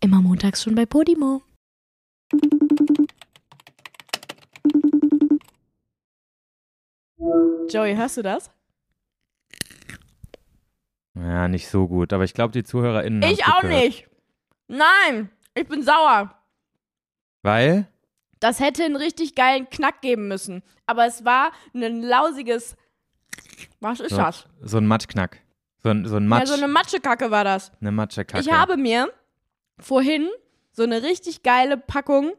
Immer montags schon bei Podimo. Joey, hörst du das? Ja, nicht so gut. Aber ich glaube, die ZuhörerInnen. ich haben's auch gehört. nicht. Nein, ich bin sauer. Weil? Das hätte einen richtig geilen Knack geben müssen. Aber es war ein lausiges. Was ist So, das? so ein Matschknack. So ein, so ein Matsch. Ja, so eine Matschekacke war das. eine Matschekacke. Ich habe mir vorhin so eine richtig geile Packung,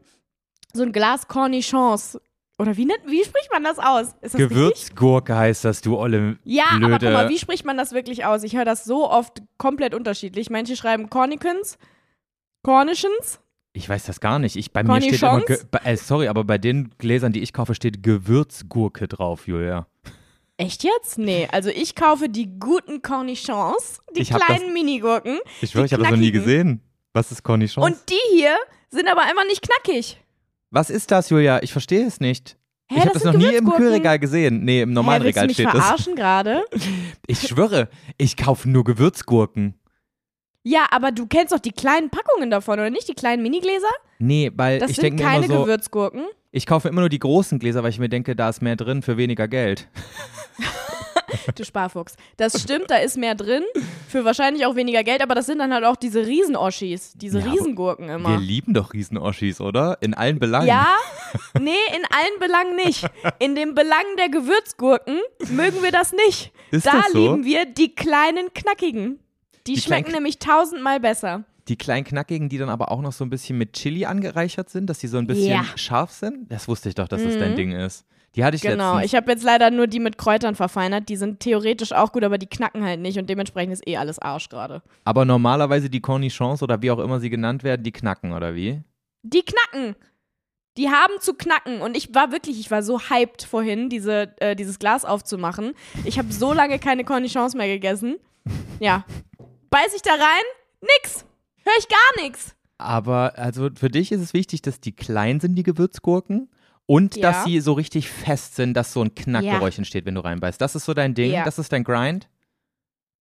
so ein Glas Cornichons. Oder wie, nennt, wie spricht man das aus? Ist das richtig? Gewürzgurke heißt das, du olle Ja, aber blöde. guck mal, wie spricht man das wirklich aus? Ich höre das so oft komplett unterschiedlich. Manche schreiben Cornicans, Cornishans. ich weiß das gar nicht. Ich, bei mir Conny steht immer, Chance? Ge- bei- äh, sorry, aber bei den Gläsern, die ich kaufe, steht Gewürzgurke drauf, Julia. Echt jetzt? Nee, also ich kaufe die guten Cornichons, die Ich hab das- kleinen Minigurken. Ich schwör, Die ich hab das noch nie knackigen. gesehen. Was ist Cornichons? Und die hier sind aber einfach nicht knackig. Was ist das, Julia? Ich verstehe es nicht. Hä, ich habe das das sind noch nie im Gewürzgurken. Kühlregal gesehen. Nee, im normalen Hä, willst du Regal mich steht das. verarschen gerade? Ich schwöre, ich kaufe nur Gewürzgurken. Ja, aber du kennst doch die kleinen Packungen davon, oder nicht? Die kleinen Minigläser? Nee, weil Das Äh, ich sind denke mir keine immer so, Gewürzgurken. ich kaufe immer nur die großen Gläser, weil ich mir denke, da ist mehr drin für weniger Geld. Du Sparfuchs. Das stimmt, da ist mehr drin. Für wahrscheinlich auch weniger Geld, aber das sind dann halt auch diese Riesenoschis. Diese Ja, aber Riesengurken Wir immer. lieben doch Riesenoschis, oder? In allen Belangen. Ja? Nee, in allen Belangen nicht. In dem Belang der Gewürzgurken mögen wir das nicht. Ist da das so? lieben wir die kleinen Knackigen. Die, Die schmecken kleinen- nämlich tausendmal besser. Die kleinen knackigen, die dann aber auch noch so ein bisschen mit Chili angereichert sind, dass die so ein bisschen Ja. Mhm. scharf sind. Das wusste ich doch, dass das dein Ding ist. Die hatte ich Genau. letztens. Ich habe jetzt leider nur die mit Kräutern verfeinert. Die sind theoretisch auch gut, aber die knacken halt nicht und dementsprechend ist eh alles Arsch gerade. aber normalerweise die Cornichons oder wie auch immer sie genannt werden, die knacken, oder wie? Die knacken. Die haben zu knacken. Und ich war wirklich, ich war so hyped vorhin, diese, äh, dieses Glas aufzumachen. Ich habe so lange keine Cornichons mehr gegessen. Ja. Beiß ich da rein? Nix. Hör ich gar nix. Aber also für dich ist es wichtig, dass die klein sind, die Gewürzgurken. Und Ja. dass sie so richtig fest sind, dass so ein Knackgeräusch entsteht, wenn du reinbeißt. Das ist so dein Ding, Ja. das ist dein Grind.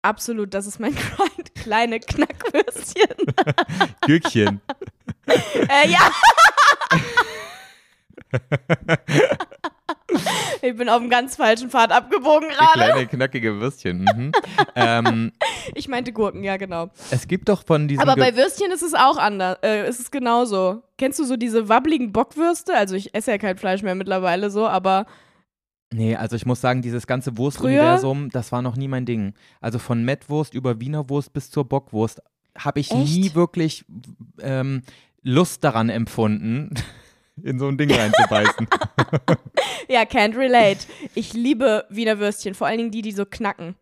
Absolut, das ist mein Grind. Kleine Knackwürstchen. Gürkchen. äh, ja. ich bin auf einem ganz falschen Pfad abgebogen gerade. kleine, knackige Würstchen. Mhm. ähm, Ich meinte Gurken, ja, genau. es gibt doch von diesem Aber Ge- bei Würstchen ist es auch anders. Äh, ist es genauso. Kennst du so diese wabbligen Bockwürste? Also ich esse ja kein Fleisch mehr mittlerweile so, aber Nee, also ich muss sagen, dieses ganze Wurstuniversum, das war noch nie mein Ding. Also von Mettwurst über Wiener Wurst bis zur Bockwurst habe ich Echt? nie wirklich ähm, Lust daran empfunden, in so ein Ding reinzubeißen. ja, can't relate. Ich liebe Wiener Würstchen, vor allen Dingen die, die so knacken.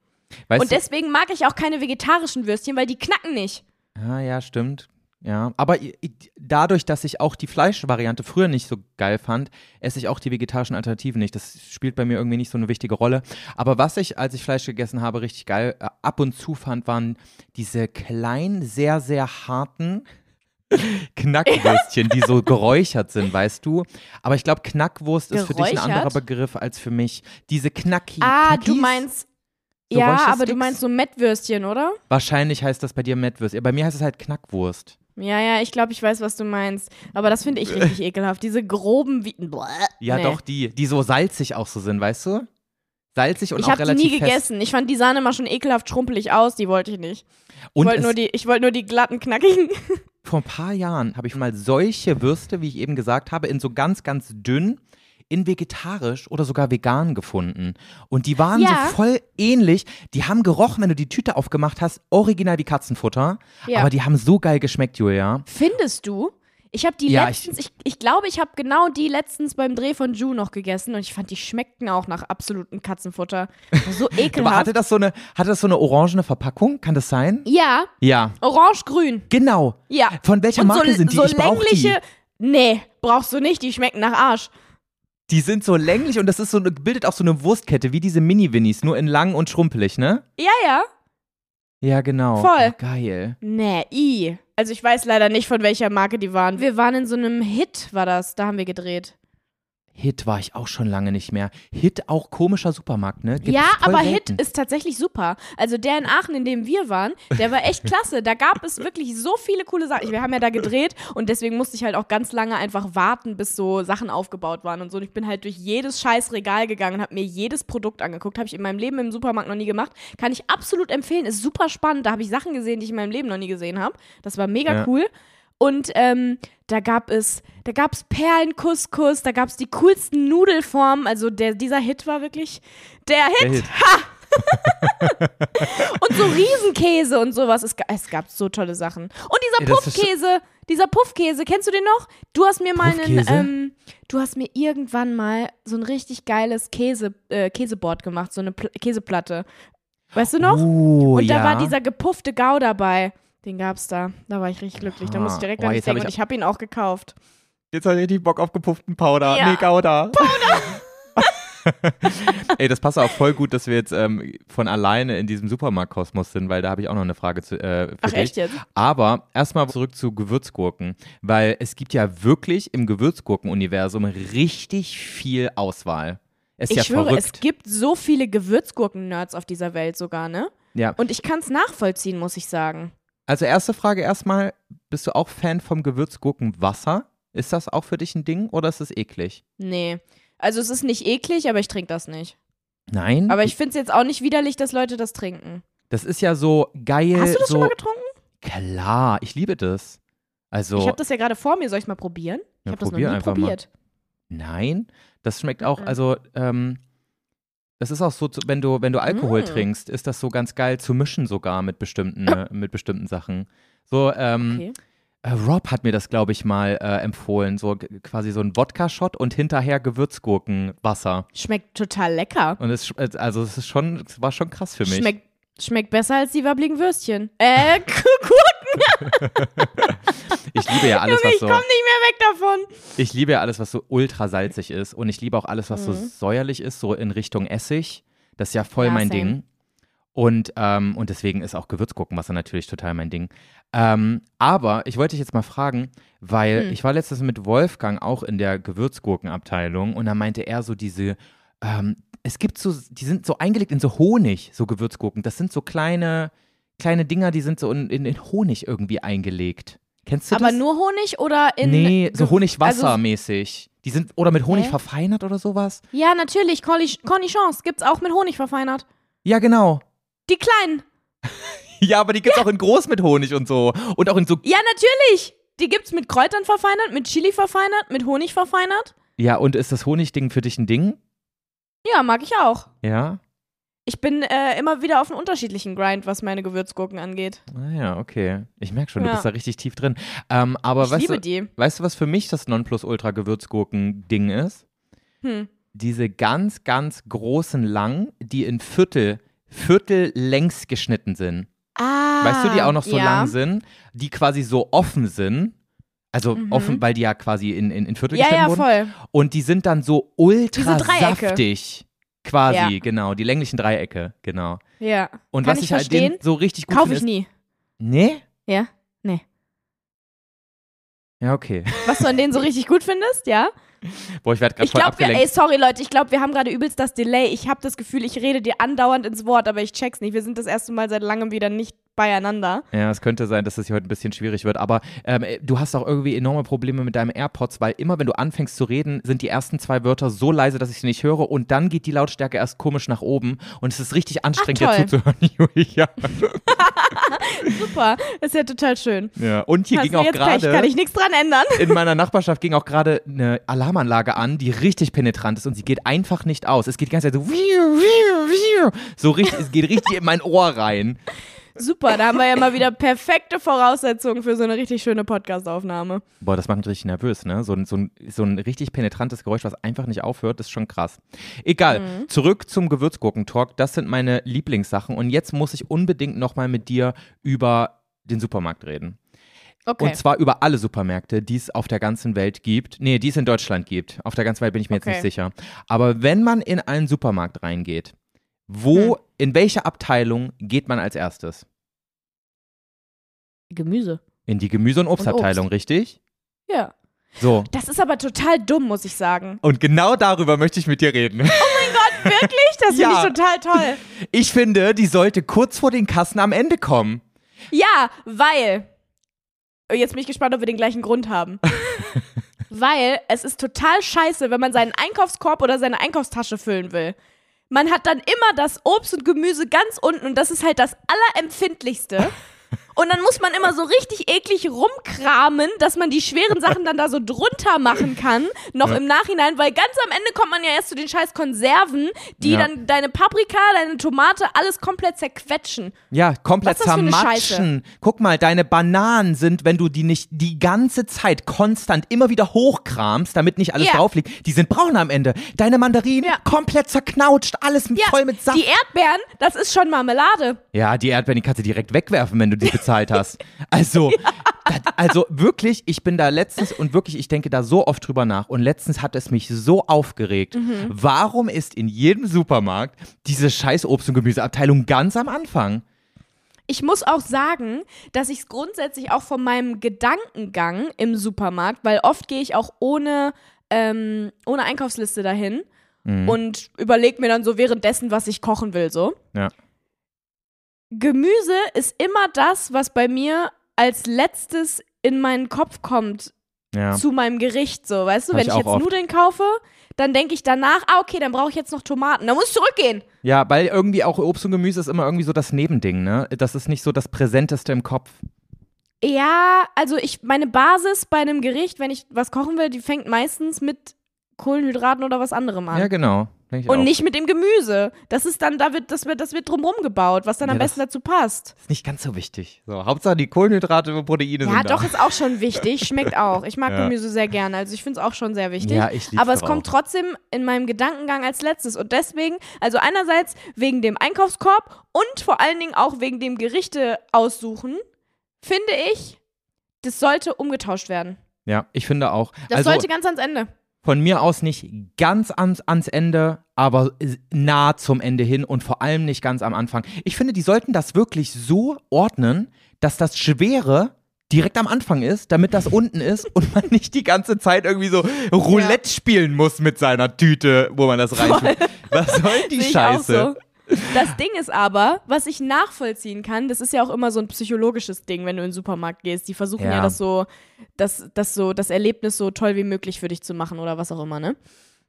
Weißt Und deswegen mag ich auch keine vegetarischen Würstchen, weil die knacken nicht. du? Ah, ja, stimmt. Ja, aber i- i- dadurch, dass ich auch die Fleischvariante früher nicht so geil fand, esse ich auch die vegetarischen Alternativen nicht. Das spielt bei mir irgendwie nicht so eine wichtige Rolle. Aber was ich, als ich Fleisch gegessen habe, richtig geil äh, ab und zu fand, waren diese kleinen, sehr, sehr harten Knackwürstchen, die so geräuchert sind, weißt du? Aber ich glaube, Knackwurst ist für dich ein Geräuchert? anderer Begriff als für mich. Diese knacki Ah, du Knackis? meinst. So ja, Räuchersticks? aber du meinst so Mettwürstchen, oder? Wahrscheinlich heißt das bei dir Mettwurst. Ja, bei mir heißt es halt Knackwurst. Ja, ja, ich glaube, ich weiß, was du meinst. Aber das finde ich richtig ekelhaft. Diese groben Wie Bläh. Ja, Nee. doch, die, die so salzig auch so sind, weißt du? Salzig und Ich auch habe die relativ nie fest. gegessen. Ich fand die sahen immer schon ekelhaft schrumpelig aus. Die wollte ich nicht. Ich Und wollte es, nur, die- ich wollte nur die glatten, knackigen. vor ein paar Jahren habe ich mal solche Würste, wie ich eben gesagt habe, in so ganz, ganz dünn, in vegetarisch oder sogar vegan gefunden. Und die waren Ja. so voll ähnlich. Die haben gerochen, wenn du die Tüte aufgemacht hast, original wie Katzenfutter. Ja. Aber die haben so geil geschmeckt, Julia. Findest du? Ich habe die Ja, letztens, ich, ich glaube, ich habe genau die letztens beim Dreh von Ju noch gegessen und ich fand, die schmeckten auch nach absolutem Katzenfutter. So Aber hatte ekelhaft. das, so eine, hatte das so eine orangene Verpackung? Kann das sein? ja, Ja. orange-grün. Genau. Ja. Von welcher und Marke so, sind die? so ich brauch die. längliche. Nee, brauchst du nicht, die schmecken nach Arsch. Die sind so länglich und das ist so eine, bildet auch so eine Wurstkette, wie diese Mini-Winnies, nur in lang und schrumpelig, ne? Ja, ja. Ja, genau. Voll. Oh, geil. Nee, i. Also ich weiß leider nicht, von welcher Marke die waren. Wir waren in so einem Hit, war das. Da haben wir gedreht. Hit war ich auch schon lange nicht mehr. Hit auch komischer Supermarkt, ne? Gibt's ja, voll aber selten. Hit ist tatsächlich super. Also der in Aachen, in dem wir waren, der war echt klasse. Da gab es wirklich so viele coole Sachen. Wir haben ja da gedreht und deswegen musste ich halt auch ganz lange einfach warten, bis so Sachen aufgebaut waren und so. Und ich bin halt durch jedes scheiß Regal gegangen und habe mir jedes Produkt angeguckt. Habe ich in meinem Leben im Supermarkt noch nie gemacht. Kann ich absolut empfehlen. Ist super spannend. Da habe ich Sachen gesehen, die ich in meinem Leben noch nie gesehen habe. Das war mega Ja. cool. Und ähm, da gab es, da gab es Perlenkuskus, da gab es die coolsten Nudelformen. Also der, dieser Hit war wirklich der Hit. Der Hit. Und so Riesenkäse und sowas. Es, ga- es gab so tolle Sachen. Und dieser Ja, das ist- Puffkäse, dieser Puffkäse, kennst du den noch? Du hast mir mal einen, Puffkäse? ähm, du hast mir irgendwann mal so ein richtig geiles Käse, äh, Käseboard gemacht, so eine Pl Käseplatte. Weißt du noch? Oh, und da ja. war dieser gepuffte Gau dabei. Den gab's da. Da war ich richtig glücklich. Da musste ich Aha. direkt Ah. Boah, an dich jetzt hab denken. ich- Und ich habe ihn auch gekauft. Jetzt hat richtig Bock auf gepufften Powder. Ja. Nee, Gouda. Ey, das passt auch voll gut, dass wir jetzt ähm, von alleine in diesem Supermarktkosmos sind, weil da habe ich auch noch eine Frage zu, äh, für Ach, dich. echt jetzt? Aber erstmal zurück zu Gewürzgurken, weil es gibt ja wirklich im Gewürzgurken-Universum richtig viel Auswahl. Ist ich ja schwöre, verrückt. es gibt so viele Gewürzgurken-Nerds auf dieser Welt sogar, ne? ja. Und ich kann's nachvollziehen, muss ich sagen. Also erste Frage erstmal, bist du auch Fan vom Gewürzgurkenwasser? Ist das auch für dich ein Ding oder ist es eklig? Nee. Also es ist nicht eklig, aber ich trinke das nicht. Nein. Aber ich finde es jetzt auch nicht widerlich, dass Leute das trinken. das ist ja so geil. Hast du das Äh, so schon mal getrunken? Klar, ich liebe das. Also, Ich habe das ja gerade vor mir. Soll ich mal probieren? Ich Ja, habe das noch probier nie einfach mal. probiert. nein, das schmeckt auch, Mhm. also, ähm, das ist auch so, zu- wenn du, wenn du Alkohol Mm. trinkst, ist das so ganz geil zu mischen sogar mit bestimmten, äh, mit bestimmten Sachen. So, ähm, Ah. Okay. äh, Rob hat mir das, glaube ich, mal äh, empfohlen. So g- quasi so ein Wodka-Shot und hinterher Gewürzgurkenwasser. Schmeckt total lecker. Und es, sch- also es ist schon, es war schon krass für mich. Schmeckt, schmeckt besser als die wabbligen Würstchen. Äh, guck, ich liebe ja alles, Junge, ich was komme nicht so. mehr weg davon. Ich liebe ja alles, was so ultra salzig ist. Und ich liebe auch alles, was so säuerlich ist, so in Richtung Essig. Das ist ja voll Mhm. Ja, mein same. Ding. Und, ähm, und deswegen ist auch Gewürzgurkenwasser natürlich total mein Ding. Ähm, aber ich wollte dich jetzt mal fragen, weil Hm. ich war letztens mit Wolfgang auch in der Gewürzgurkenabteilung und da meinte er so diese, ähm, es gibt so, die sind so eingelegt in so Honig, so Gewürzgurken. Das sind so kleine, kleine Dinger, die sind so in, in, in Honig irgendwie eingelegt. Kennst du Aber das? nur Honig oder in. nee, so Ge- Also, Honigwasser-mäßig. Die sind oder mit Honig Hä? verfeinert oder sowas? ja, natürlich. Cornish- Cornichons gibt's auch mit Honig verfeinert. Ja, genau. Die kleinen. Ja, aber die gibt's auch in groß mit Honig und so und auch in so Ja, natürlich. Die gibt's mit Kräutern verfeinert, mit Chili verfeinert, mit Honig verfeinert. Ja, und ist das Honigding für dich ein Ding? Ja, mag ich auch. Ja. Ich bin äh, immer wieder auf einen unterschiedlichen Grind, was meine Gewürzgurken angeht. Naja, Ah okay. Ich merk schon, du Ja. bist da richtig tief drin. Ähm, aber ich weißt liebe du, die. weißt du, was für mich das Nonplusultra-Gewürzgurken-Ding ist? Hm. Diese ganz, ganz großen Langen, die in Viertel, Viertel längs geschnitten sind. Ah. Weißt du, die auch noch so ja. lang sind, die quasi so offen sind. Also Mhm. offen, weil die ja quasi in, in, in Viertel Ja, geschnitten ja, wurden. voll. Und die sind dann so ultra Diese Dreiecke. saftig. Quasi, Ja. genau. Die länglichen Dreiecke, genau. Ja. Und Kann was ich ich halt denen verstehen. so richtig gut Kaufe finde. ich ist- nie. Nee? Ja? Nee. Ja, okay. Was du an denen so richtig gut findest, ja? Boah, ich werde gerade Ich voll glaube, abgelenkt. ey, sorry Leute, ich glaube, wir haben gerade übelst das Delay. Ich habe das Gefühl, ich rede dir andauernd ins Wort, aber ich check's nicht. Wir sind das erste Mal seit langem wieder nicht beieinander. Ja, es könnte sein, dass es hier heute ein bisschen schwierig wird, aber ähm, äh, du hast auch irgendwie enorme Probleme mit deinem AirPods, weil immer, wenn du anfängst zu reden, sind die ersten zwei Wörter so leise, dass ich sie nicht höre und dann geht die Lautstärke erst komisch nach oben und es ist richtig anstrengend, Ach, dir toll. zuzuhören, Julia. Super, das ist ja total schön. Ja. Und hier Hast ging du auch jetzt Pech, kann gerade, ich nichts dran ändern. in meiner Nachbarschaft ging auch gerade eine Alarmanlage an, die richtig penetrant ist und sie geht einfach nicht aus. Es geht die ganze Zeit so, wiu, wiu, wiu. so richtig, es geht richtig in mein Ohr rein. Super, da haben wir ja mal wieder perfekte Voraussetzungen für so eine richtig schöne Podcast-Aufnahme. Boah, das macht mich richtig nervös, ne? So, ein- so, ein, so ein richtig penetrantes Geräusch, was einfach nicht aufhört, ist schon krass. Egal, Mhm. zurück zum Gewürzgurkentalk. Das sind meine Lieblingssachen. Und jetzt muss ich unbedingt nochmal mit dir über den Supermarkt reden. Okay. Und zwar über alle Supermärkte, die es auf der ganzen Welt gibt. Nee, die es in Deutschland gibt. Auf der ganzen Welt bin ich mir Okay. jetzt nicht sicher. Aber wenn man in einen Supermarkt reingeht, Hm. wo, in welche Abteilung geht man als erstes? Gemüse. In die Gemüse- und Obst. Obstabteilung, richtig? Ja. So. Das ist aber total dumm, muss ich sagen. Und genau darüber möchte ich mit dir reden. Wirklich? Das Ja. finde ich total toll. Ich finde, die sollte kurz vor den Kassen am Ende kommen. Ja, weil. Jetzt bin ich gespannt, ob wir den gleichen Grund haben. weil es ist total scheiße, wenn man seinen Einkaufskorb oder seine Einkaufstasche füllen will. Man hat dann immer das Obst und Gemüse ganz unten und das ist halt das Allerempfindlichste. Und dann muss man immer so richtig eklig rumkramen, dass man die schweren Sachen dann da so drunter machen kann, noch im Nachhinein, weil ganz am Ende kommt man ja erst zu den scheiß Konserven, die Ja. dann deine Paprika, deine Tomate, alles komplett zerquetschen. Ja, komplett Was ist das für eine zermatschen. Guck mal, deine Bananen sind, wenn du die nicht die ganze Zeit konstant immer wieder hochkramst, damit nicht alles Ja. drauf liegt, die sind braun am Ende. Deine Mandarinen Ja. komplett zerknautscht, alles Ja, voll mit Saft. Die Erdbeeren, das ist schon Marmelade. Ja, die Erdbeeren, die kannst du direkt wegwerfen, wenn du die bezahlt hast. Also, das, also wirklich, ich bin da letztens und wirklich, ich denke da so oft drüber nach und letztens hat es mich so aufgeregt. Mhm. Warum ist in jedem Supermarkt diese scheiß Obst- und Gemüseabteilung ganz am Anfang? Ich muss auch sagen, dass ich es grundsätzlich auch von meinem Gedankengang im Supermarkt, weil oft gehe ich auch ohne, ähm, ohne Einkaufsliste dahin Mhm. und überlege mir dann so währenddessen, was ich kochen will. So. Ja. Gemüse ist immer das, was bei mir als letztes in meinen Kopf kommt, Ja. zu meinem Gericht. So, weißt du, Hab wenn ich ich, auch jetzt oft. Nudeln kaufe, dann denke ich danach, ah, okay, dann brauche ich jetzt noch Tomaten. Dann muss ich zurückgehen. ja, weil irgendwie auch Obst und Gemüse ist immer irgendwie so das Nebending, ne? Das ist nicht so das Präsenteste im Kopf. Ja, also ich, meine Basis bei einem Gericht, wenn ich was kochen will, die fängt meistens mit Kohlenhydraten oder was anderem an. Ja, genau. Denk ich und auch. nicht mit dem Gemüse. Das ist dann, da wird, das wird, das wird drumrum gebaut, was dann am Ja, das- besten dazu passt. Ist nicht ganz so wichtig. So, Hauptsache die Kohlenhydrate und Proteine Ja, sind da. doch, ist auch schon wichtig. Schmeckt auch. Ich mag Ja. Gemüse sehr gerne. Also ich finde es auch schon sehr wichtig. Ja, ich lieb's Aber es doch kommt trotzdem in meinem Gedankengang als letztes. Und deswegen, also einerseits wegen dem Einkaufskorb und vor allen Dingen auch wegen dem Gerichte aussuchen, finde ich, das sollte umgetauscht werden. Ja, ich finde auch. Das also, sollte ganz ans Ende. von mir aus nicht ganz ans, ans Ende, aber s- nah zum Ende hin und vor allem nicht ganz am Anfang. Ich finde, die sollten das wirklich so ordnen, dass das Schwere direkt am Anfang ist, damit das unten ist und man nicht die ganze Zeit irgendwie so Roulette spielen muss mit seiner Tüte, wo man das reintut. Was soll die Sehe ich Scheiße? Auch so. Das Ding ist aber, was ich nachvollziehen kann, das ist ja auch immer so ein psychologisches Ding, wenn du in den Supermarkt gehst. Die versuchen ja, Ja. das so, das, das so, das Erlebnis so toll wie möglich für dich zu machen oder was auch immer, ne?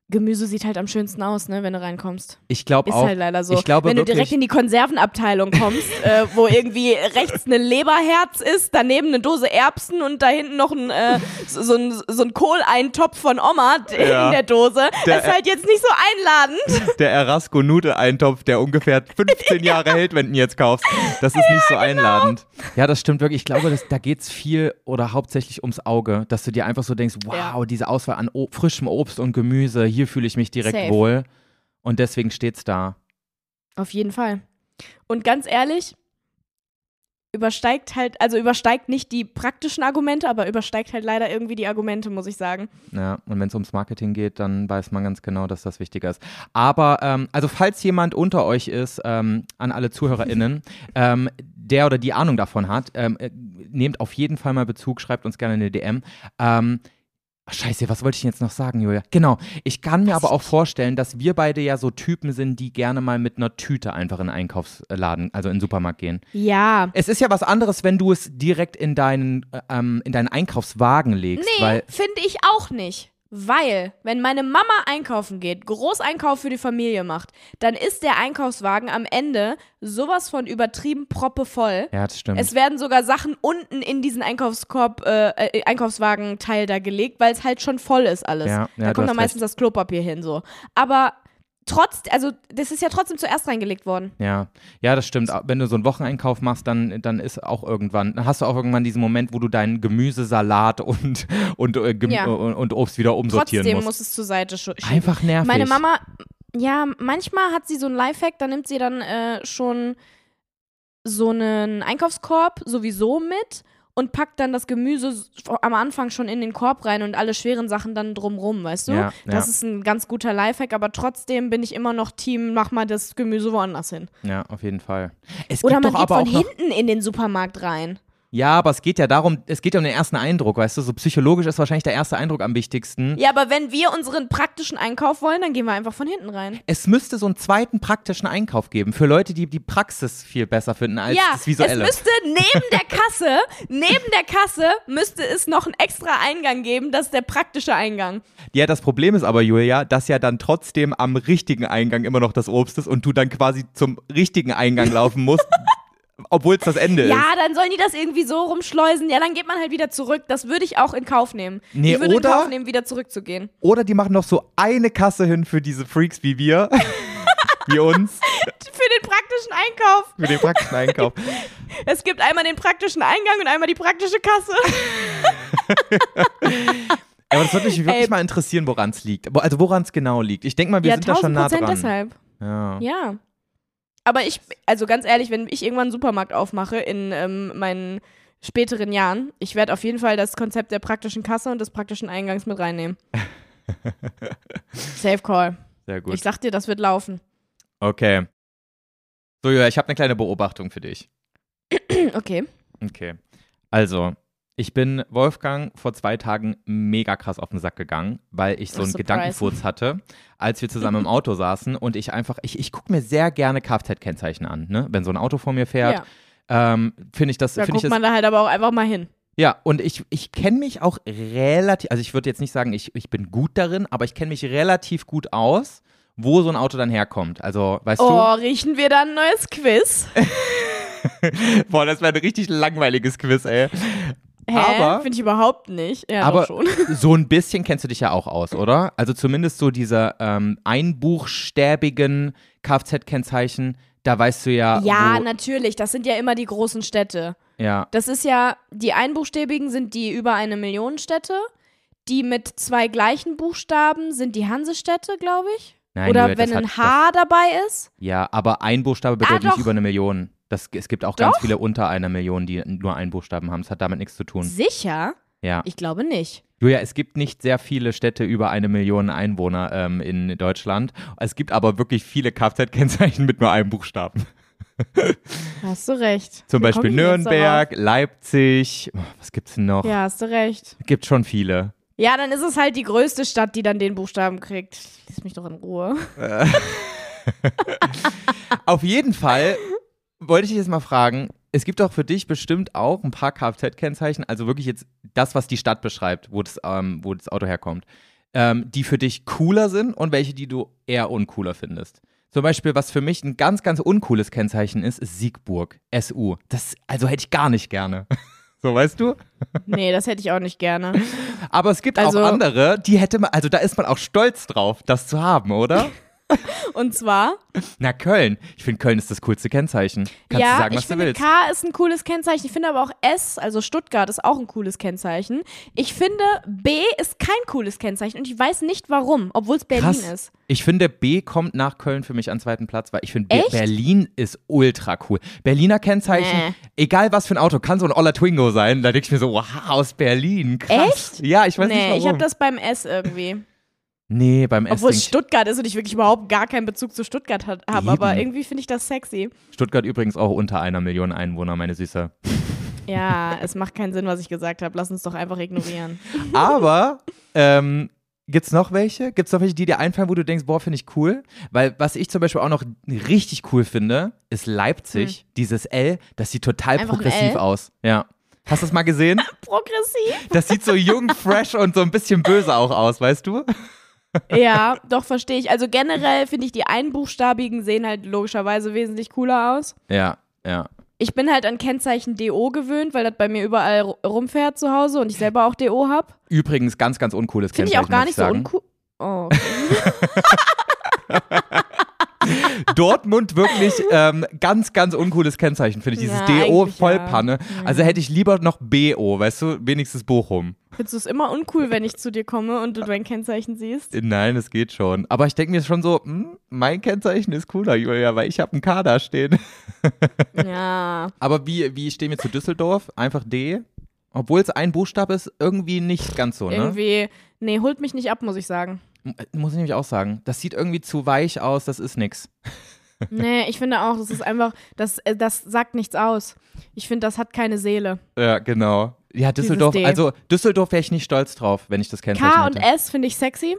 Gemüse sieht halt am schönsten aus, ne, wenn du reinkommst. Ich glaube Ist auch. halt leider so. Ich glaube wenn du wirklich, direkt in die Konservenabteilung kommst, äh, wo irgendwie rechts eine Leberherz ist, daneben eine Dose Erbsen und da hinten noch ein, äh, so, so ein, so ein Kohleintopf von Oma Ja. in der Dose. Der- ist halt jetzt nicht so einladend. der Erasco Nudel Eintopf, der ungefähr 15 Jahre hält, wenn du ihn jetzt kaufst. Das ist nicht so genau. einladend. Ja, das stimmt wirklich. Ich glaube, das, da geht es viel oder hauptsächlich ums Auge, dass du dir einfach so denkst, wow, Ja. diese Auswahl an o frischem Obst und Gemüse, hier fühle ich mich direkt Safe. wohl. Und deswegen steht's da. Auf jeden Fall. Und ganz ehrlich, übersteigt halt, also übersteigt nicht die praktischen Argumente, aber übersteigt halt leider irgendwie die Argumente, muss ich sagen. Ja, und wenn es ums Marketing geht, dann weiß man ganz genau, dass das wichtiger ist. Aber, ähm, also falls jemand unter euch ist, ähm, an alle ZuhörerInnen, ähm, der oder die Ahnung davon hat, ähm, äh, nehmt auf jeden Fall mal Bezug, schreibt uns gerne eine DM. Ähm, ach, Scheiße, was wollte ich denn jetzt noch sagen, Julia? Genau, ich kann mir aber auch vorstellen, dass wir beide ja so Typen sind, die gerne mal mit einer Tüte einfach in den Einkaufsladen, also in den Supermarkt gehen. Ja. Es ist ja was anderes, wenn du es direkt in deinen, äh, ähm, in deinen Einkaufswagen Nee, legst, weil finde ich auch nicht. Weil, wenn meine Mama einkaufen geht, Großeinkauf für die Familie macht, dann ist der Einkaufswagen am Ende sowas von übertrieben proppevoll. ja, das stimmt. Es werden sogar Sachen unten in diesen Einkaufskorb, äh, äh, Einkaufswagen-Teil da gelegt, weil es halt schon voll ist alles. Ja, da ja, du kommt hast dann meistens das Klopapier hin so. Aber trotz, also das ist ja trotzdem zuerst reingelegt worden. Ja, ja, das stimmt. Auch Wenn du so einen Wocheneinkauf machst, dann, dann ist auch irgendwann, dann hast du auch irgendwann diesen Moment, wo du deinen Gemüsesalat und, und, äh, Gem Ja. und, und Obst wieder umsortieren Trotzdem muss musst. es zur Seite schu- schieben. Einfach nervig. Meine Mama, ja, manchmal hat sie so ein Lifehack, da nimmt sie dann äh, schon so einen Einkaufskorb sowieso mit und packt dann das Gemüse s- am Anfang schon in den Korb rein und alle schweren Sachen dann drumrum, weißt du? Ja, das ja. ist ein ganz guter Lifehack, aber trotzdem bin ich immer noch Team, mach mal das Gemüse woanders hin. Ja, auf jeden Fall. Es Oder man gibt doch geht aber von auch noch, hinten in den Supermarkt rein. Ja, aber es geht ja darum, es geht ja um den ersten Eindruck, weißt du? So psychologisch ist wahrscheinlich der erste Eindruck am wichtigsten. Ja, aber wenn wir unseren praktischen Einkauf wollen, dann gehen wir einfach von hinten rein. Es müsste so einen zweiten praktischen Einkauf geben für Leute, die die Praxis viel besser finden als ja, das Visuelle. es müsste neben der Kasse, neben der Kasse müsste es noch einen extra Eingang geben, das ist der praktische Eingang. Ja, das Problem ist aber, Julia, dass ja dann trotzdem am richtigen Eingang immer noch das Obst ist und du dann quasi zum richtigen Eingang laufen musst, obwohl es das Ende ist. Ja, dann sollen die das irgendwie so rumschleusen. Ja, dann geht man halt wieder zurück. Das würde ich auch in Kauf nehmen. Nee, ich würde oder- in Kauf nehmen, wieder zurückzugehen. Oder die machen noch so eine Kasse hin für diese Freaks wie wir, wie uns, Für den praktischen Einkauf. für den praktischen Einkauf. Es gibt einmal den praktischen Eingang und einmal die praktische Kasse. Aber das würde mich wirklich Ey. mal interessieren, woran es liegt. Wo- Also woran es genau liegt. Ich denke mal, wir ja, sind da schon nah 1000% dran. deshalb. Ja. Ja. Aber ich, also ganz ehrlich, wenn ich irgendwann einen Supermarkt aufmache in ähm, meinen späteren Jahren, ich werde auf jeden Fall das Konzept der praktischen Kasse und des praktischen Eingangs mit reinnehmen. Safe Call. Sehr gut. Ich sag dir, das wird laufen. Okay. So, Julia, ich habe eine kleine Beobachtung für dich. Okay. Okay. Also, ich bin Wolfgang vor zwei Tagen mega krass auf den Sack gegangen, weil ich so einen Surprise. Gedankenfurz hatte, als wir zusammen im Auto saßen und ich einfach, ich, ich gucke mir sehr gerne Kfz-Kennzeichen an, ne? Wenn so ein Auto vor mir fährt, Ja. ähm, finde ich das, Da finde guckt ich das man da halt aber auch einfach mal hin. Ja, und ich, ich kenne mich auch relativ, also ich würde jetzt nicht sagen, ich, ich bin gut darin, aber ich kenne mich relativ gut aus, wo so ein Auto dann herkommt. Also, weißt Oh, riechen wir da ein neues Quiz? du? Boah, das wäre ein richtig langweiliges Quiz, ey. Hä? Aber- Finde ich überhaupt nicht. Ja, aber doch schon. so ein bisschen kennst du dich ja auch aus, oder? Also zumindest so diese ähm, einbuchstäbigen Kfz-Kennzeichen, da weißt du ja. Ja, Ah, wo, natürlich. Das sind ja immer die großen Städte. ja. Das ist ja, die einbuchstäbigen sind die über eine Million Städte. Die mit zwei gleichen Buchstaben sind die Hansestädte, glaube ich. Nein, Oder Julia, das wenn ein hat- H dabei ist. Das, ja, aber ein Buchstabe bedeutet Ah, nicht doch. über eine Million. Das, es gibt auch ganz viele unter einer Million, die nur einen Buchstaben haben. Das hat damit nichts zu tun. Sicher? Ja. Ich glaube nicht. Julia, es gibt nicht sehr viele Städte über eine Million Einwohner ähm, in Deutschland. Es gibt aber wirklich viele Kfz-Kennzeichen mit nur einem Buchstaben. Hast du recht. Zum Wie komme Beispiel ich jetzt Nürnberg, Leipzig. Oh, was gibt's denn noch? darauf? Ja, hast du recht. Gibt schon viele. Ja, dann ist es halt die größte Stadt, die dann den Buchstaben kriegt. Lass mich doch in Ruhe. Auf jeden Fall wollte ich dich jetzt mal fragen. Es gibt doch für dich bestimmt auch ein paar Kfz-Kennzeichen, also wirklich jetzt das, was die Stadt beschreibt, wo das, ähm, wo das Auto herkommt, ähm, die für dich cooler sind und welche, die du eher uncooler findest. Zum Beispiel, was für mich ein ganz, ganz uncooles Kennzeichen ist, ist Siegburg, SU. Das, also hätte ich gar nicht gerne. So, weißt du? Nee, das hätte ich auch nicht gerne. Aber es gibt Also- auch andere, die hätte man, also da ist man auch stolz drauf, das zu haben, oder? Und zwar, Na, Köln. Ich finde, Köln ist das coolste Kennzeichen. Kannst ja, du sagen, ich was du finde willst. K ist ein cooles Kennzeichen. Ich finde aber auch S, also Stuttgart ist auch ein cooles Kennzeichen. Ich finde B ist kein cooles Kennzeichen und ich weiß nicht warum, obwohl es Berlin Krass. ist. Ich finde, B kommt nach Köln für mich an zweiten Platz, weil ich finde, Be Echt? Berlin ist ultra cool. Berliner Kennzeichen, Nee. egal was für ein Auto, kann so ein Oller Twingo sein. Da denke ich mir so, wow, aus Berlin, krass. Echt? Ja, ich weiß nicht nee, warum. ich habe das beim S irgendwie. nee, beim S Obwohl denk es ich, Stuttgart ist und ich wirklich überhaupt gar keinen Bezug zu Stuttgart habe, Eben. aber irgendwie finde ich das sexy. Stuttgart übrigens auch unter einer Million Einwohner, meine Süße. Ja, es macht keinen Sinn, was ich gesagt habe. Lass uns doch einfach ignorieren. Aber ähm, gibt's noch welche? Gibt's noch welche, die dir einfallen, wo du denkst, boah, finde ich cool? Weil was ich zum Beispiel auch noch richtig cool finde, ist Leipzig. Dieses L, das sieht total Hm. Einfach ein progressiv L? aus. Ja. Hast du das mal gesehen? Progressiv? Das sieht so jung, fresh und so ein bisschen böse auch aus, weißt du? Ja, doch, verstehe ich. Also generell finde ich, die Einbuchstabigen sehen halt logischerweise wesentlich cooler aus. Ja, ja. Ich bin halt an Kennzeichen DO gewöhnt, weil das bei mir überall ru- rumfährt zu Hause und ich selber auch DO hab. Übrigens ganz, ganz uncooles Finde ich Kennzeichen, auch gar muss nicht so sagen. uncool. Oh. Dortmund wirklich ähm, ganz, ganz uncooles Kennzeichen, finde ich. Dieses Ja, Mhm. eigentlich DO-Vollpanne. Also hätte ich lieber noch BO, weißt du? Wenigstens Bochum. Findest du es immer uncool, wenn ich zu dir komme und du dein Kennzeichen siehst? Nein, es geht schon. Aber ich denke mir schon so, hm, mein Kennzeichen ist cooler, Julia, weil ich habe einen K da stehen. Ja. Aber wie, wie stehen wir zu Düsseldorf? Einfach D? Obwohl es ein Buchstabe ist, irgendwie nicht ganz so, ne? Irgendwie, nee, holt mich nicht ab, muss ich sagen. M- Muss ich nämlich auch sagen. Das sieht irgendwie zu weich aus, das ist nix. Nee, ich finde auch, das ist einfach, das, äh, das sagt nichts aus. Ich finde, das hat keine Seele. Ja, genau. Ja, Dieses Düsseldorf, D. also Düsseldorf wäre ich nicht stolz drauf, wenn ich das Kennzeichen K und hätte. S finde ich sexy.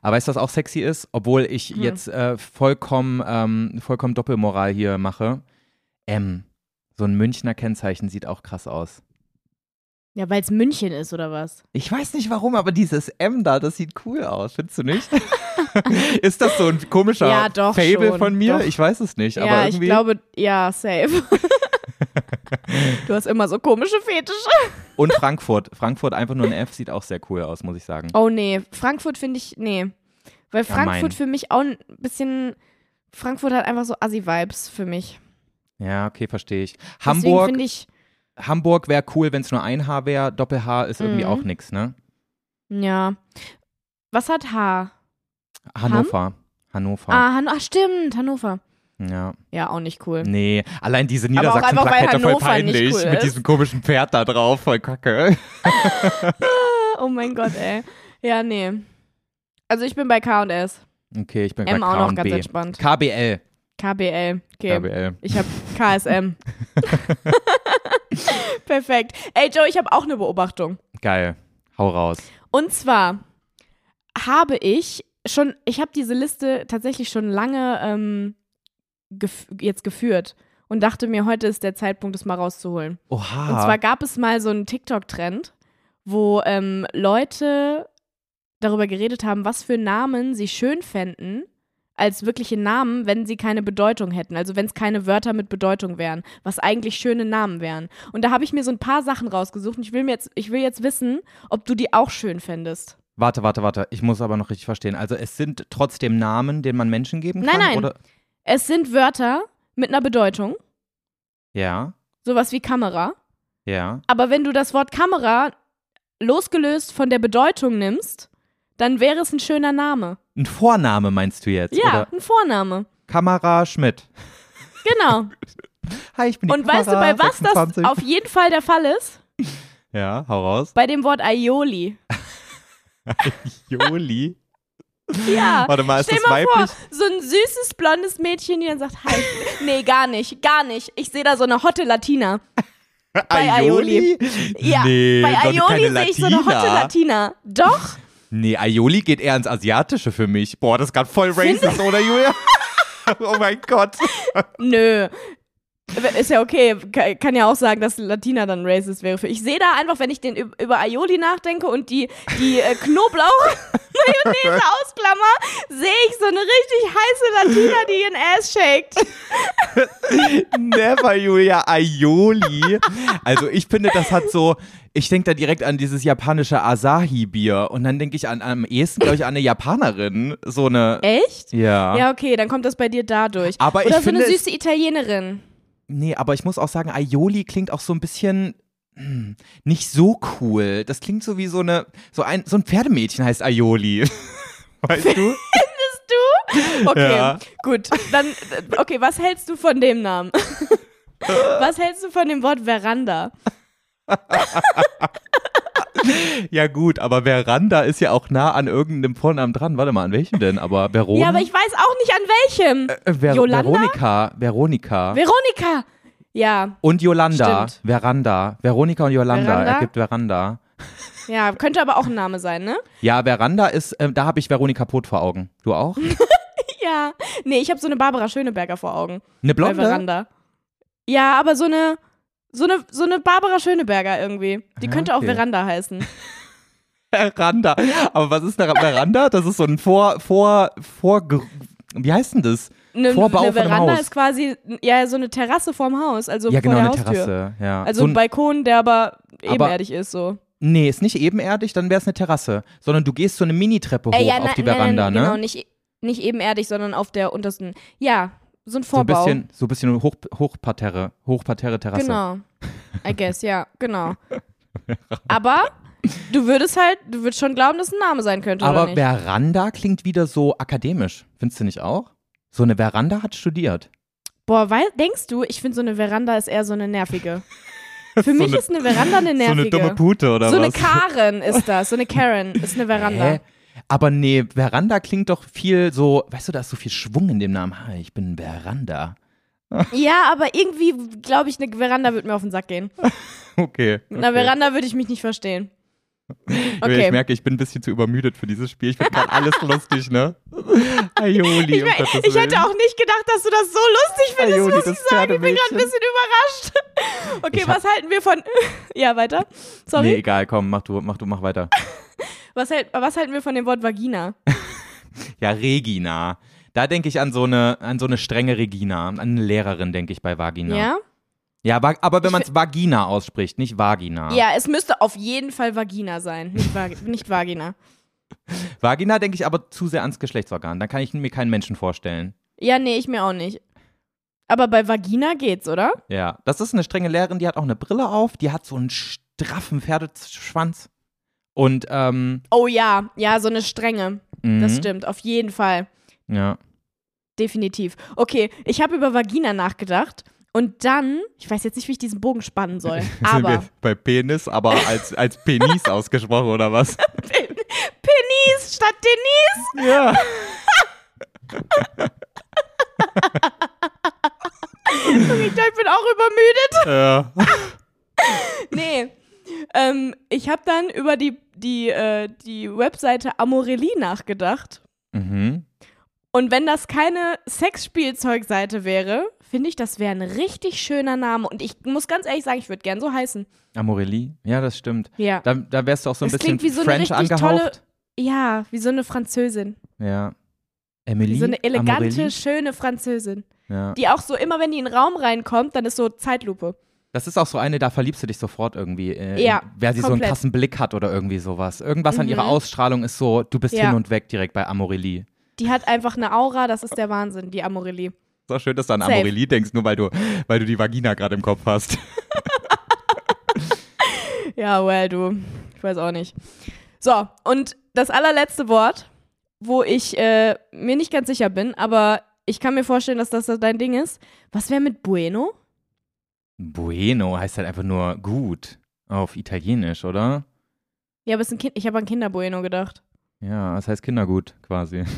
Aber weißt du, was auch sexy ist? Obwohl ich Hm. jetzt äh, vollkommen, ähm, vollkommen Doppelmoral hier mache. M. So ein Münchner Kennzeichen sieht auch krass aus. Ja, weil es München ist, oder was? Ich weiß nicht warum, aber dieses M da, das sieht cool aus, findest du nicht? ist das so ein komischer Ja, doch Fable schon, von mir? doch. Ich weiß es nicht, aber ja, irgendwie. ich glaube, ja, safe. du hast immer so komische Fetische. und Frankfurt. Frankfurt einfach nur ein F sieht auch sehr cool aus, muss ich sagen. Oh nee, Frankfurt finde ich, nee. Weil Ja, Frankfurt mein. für mich auch ein bisschen, Frankfurt hat einfach so Assi-Vibes für mich. Ja, okay, verstehe ich. Deswegen Hamburg, finde ich, Hamburg wäre cool, wenn es nur ein H wäre. Doppel-H ist irgendwie Mhm. auch nix, ne? ja. Was hat H? Hannover. Hannover. Ah, Han ah, stimmt, Hannover. Ja. Ja, auch nicht cool. Nee, allein diese auch einfach, weil Niedersachsen-Plakette voll Hannover nicht peinlich. cool mit ist. diesem komischen Pferd da drauf, voll kacke. Oh mein Gott, ey. Ja, nee. Also ich bin bei K und S. Okay, ich bin M bei auch K noch und ganz B. entspannt. KBL. KBL. Okay. KBL. Ich habe KSM. Perfekt. Ey, Joe, ich habe auch eine Beobachtung. Geil. Hau raus. Und zwar habe ich schon, ich habe diese Liste tatsächlich schon lange ähm, gef jetzt geführt und dachte mir, heute ist der Zeitpunkt, es mal rauszuholen. Oha. Und zwar gab es mal so einen TikTok-Trend, wo ähm, Leute darüber geredet haben, was für Namen sie schön fänden als wirkliche Namen, wenn sie keine Bedeutung hätten. Also wenn es keine Wörter mit Bedeutung wären, was eigentlich schöne Namen wären. Und da habe ich mir so ein paar Sachen rausgesucht und ich will mir jetzt, ich will jetzt wissen, ob du die auch schön fändest. warte, warte, warte. Ich muss aber noch richtig verstehen. Also es sind trotzdem Namen, den man Menschen geben Nein, kann? nein. Oder? Es sind Wörter mit einer Bedeutung, Ja, sowas wie Kamera. ja. Aber wenn du das Wort Kamera losgelöst von der Bedeutung nimmst, dann wäre es ein schöner Name. Ein Vorname meinst du jetzt? Ja, Oder ein Vorname. Kamera Schmidt. Genau. Hi, ich bin die Und weißt du, Kamera bei was 26. das auf jeden Fall der Fall ist? Ja, hau raus. Bei dem Wort Aioli. Joli. Ja. Warte mal, ist Stell das mal weiblich? vor, so ein süßes blondes Mädchen, die dann sagt, hi. Nee, gar nicht, gar nicht. Ich sehe da so eine hotte Latina. Bei Aioli. Ja, Nee, bei doch nicht Aioli keine sehe ich so eine hotte Latina. Latina. Doch, Nee, Aioli geht eher ins Asiatische für mich. Boah, das ist gerade voll racist, oder Julia? oh mein Gott. nö. Ist ja okay, Ka- kann ja auch sagen, dass Latina dann racist wäre. für- Ich sehe da einfach, wenn ich den üb- über Aioli nachdenke und die, die äh, Knoblauch-Mayonnaise ausklammer, sehe ich so eine richtig heiße Latina, die ihren Ass shakt. Never, Julia. Aioli. Also ich finde, das hat so, ich denke da direkt an dieses japanische Asahi-Bier und dann denke ich an am ehesten, glaube ich, an eine Japanerin. So eine. Echt? Ja. Ja, okay, dann kommt das bei dir dadurch. Aber ich Oder so finde, eine es- süße Italienerin. Nee, aber ich muss auch sagen, Aioli klingt auch so ein bisschen hm, nicht so cool. Das klingt so wie so eine, so ein, so ein Pferdemädchen heißt Aioli. Weißt du? Okay, Ja. gut. Dann, okay, was hältst du von dem Namen? Was hältst du von dem Wort Veranda? Ja gut, aber Veranda ist ja auch nah an irgendeinem Vornamen dran. Warte mal, an welchem denn? Aber Verona? Ja, aber ich weiß auch nicht an welchem. Äh, Ver Yolanda? Veronika, Veronika Veronika. Ja, und Yolanda, Stimmt. Veranda, Veronika und Yolanda Veranda? ergibt Veranda. ja, könnte aber auch ein Name sein, ne? Ja, Veranda ist, ähm, da habe ich Veronika Pot vor Augen. Du auch? Ja. Nee, ich habe so eine Barbara Schöneberger vor Augen. Bei Eine Blonde? Veranda. Ja, aber so eine, so eine, so eine Barbara Schöneberger irgendwie. Die Ah, könnte okay. auch Veranda heißen. Veranda. Aber was ist eine Veranda? Das ist so ein Vor, Vor, Vor, wie heißt denn das? Eine, Vorbau eine von einem Veranda Haus. ist quasi ja so eine Terrasse vorm Haus, also ja, genau, vor eine der Haustür. Terrasse. Ja. Also so ein ein, Balkon, der aber ebenerdig ist so. nee, ist nicht ebenerdig, dann wäre es eine Terrasse. Sondern du gehst so eine Minitreppe hoch Äh, ja, auf nein, die nein, Veranda, nein, ne? Genau, nicht, nicht ebenerdig, sondern auf der untersten. Ja, so ein so ein Vorbau. bisschen, so ein bisschen hoch, Hochparterre, Hochparterre-Terrasse. genau. I guess, ja, genau. Aber du würdest halt, du würdest schon glauben, dass ein Name sein könnte, Aber oder nicht? Veranda klingt wieder so akademisch. Findest du nicht auch? So eine Veranda hat studiert. Boah, weil, denkst du, ich finde so eine Veranda ist eher so eine nervige. Für mich eine- ist eine Veranda eine nervige. Pute oder so eine Karen ist das, so eine Karen ist eine Veranda. Hä? Aber nee, Veranda klingt doch viel so, weißt du, da ist so viel Schwung in dem Namen. Hi, ich bin Veranda. Ja, aber irgendwie glaube ich, eine Veranda wird mir auf den Sack gehen. Okay. Mit einer okay. Veranda würde ich mich nicht verstehen. Julia, Okay. Ich merke, ich bin ein bisschen zu übermüdet für dieses Spiel. Ich finde gerade alles lustig, ne? um Aioli, Ich, mein, ich hätte auch nicht gedacht, dass du das so lustig findest, Aioli, muss ich Ah, das sagen. Ich bin gerade ein Pferdemädchen. bisschen überrascht. Okay, Ich hab- was halten wir von. Ja, weiter. Sorry. Nee, egal, komm, mach du, mach du, mach weiter. Was, hält, was halten wir von dem Wort Vagina? Ja, Regina. Da denke ich an so eine, an so eine strenge Regina, an eine Lehrerin denke ich bei Vagina. Ja? Ja, wa- aber wenn Ich man es Vagina ausspricht, nicht Vagina. Ja, es müsste auf jeden Fall Vagina sein, nicht, Vag nicht Vagina. Vagina denke ich aber zu sehr ans Geschlechtsorgan. Dann kann ich mir keinen Menschen vorstellen. Ja, nee, ich mir auch nicht. Aber bei Vagina geht's, oder? Ja, das ist eine strenge Lehrerin, die hat auch eine Brille auf, die hat so einen straffen Pferdeschwanz. Und, ähm, Oh ja, ja, so eine Strenge. Das mhm, stimmt, auf jeden Fall. Ja. Definitiv. Okay, ich habe über Vagina nachgedacht und dann, ich weiß jetzt nicht, wie ich diesen Bogen spannen soll, aber bei Penis, aber als, als Penis ausgesprochen, oder was? Penis statt Denis. Ja. Ich glaub, ich bin auch übermüdet. ja. Nee. Ähm, ich habe dann über die, die, äh, die Webseite Amorelli nachgedacht. Mhm. Und wenn das keine Sexspielzeugseite wäre, finde ich, das wäre ein richtig schöner Name. Und ich muss ganz ehrlich sagen, ich würde gern so heißen. Amorelli, ja, das stimmt. Ja. Da, da wärst du auch so ein Das bisschen klingt wie so eine French richtig angehaucht. ja, wie so eine Französin. Ja. Emily. Wie so eine elegante, Amorelli? schöne Französin. Ja. Die auch so immer, wenn die in den Raum reinkommt, dann ist so Zeitlupe. Das ist auch so eine, da verliebst du dich sofort irgendwie. Äh, Ja, in- Wer sie so komplett. einen krassen Blick hat oder irgendwie sowas. Irgendwas an Mhm. ihrer Ausstrahlung ist so, du bist Ja. hin und weg direkt bei Amorelli. Die hat einfach eine Aura, das ist der Wahnsinn, die Amorelli. So schön, dass du an Safe. Amorelli denkst, nur weil du, weil du die Vagina gerade im Kopf hast. Ja, well, du. Ich weiß auch nicht. So, und das allerletzte Wort, wo ich äh, mir nicht ganz sicher bin, aber ich kann mir vorstellen, dass das dein Ding ist. Was wäre mit Bueno? Bueno heißt halt einfach nur gut auf Italienisch, oder? Ja, aber es ist ein kind ich habe an Kinder-Bueno gedacht. Ja, das heißt Kindergut quasi.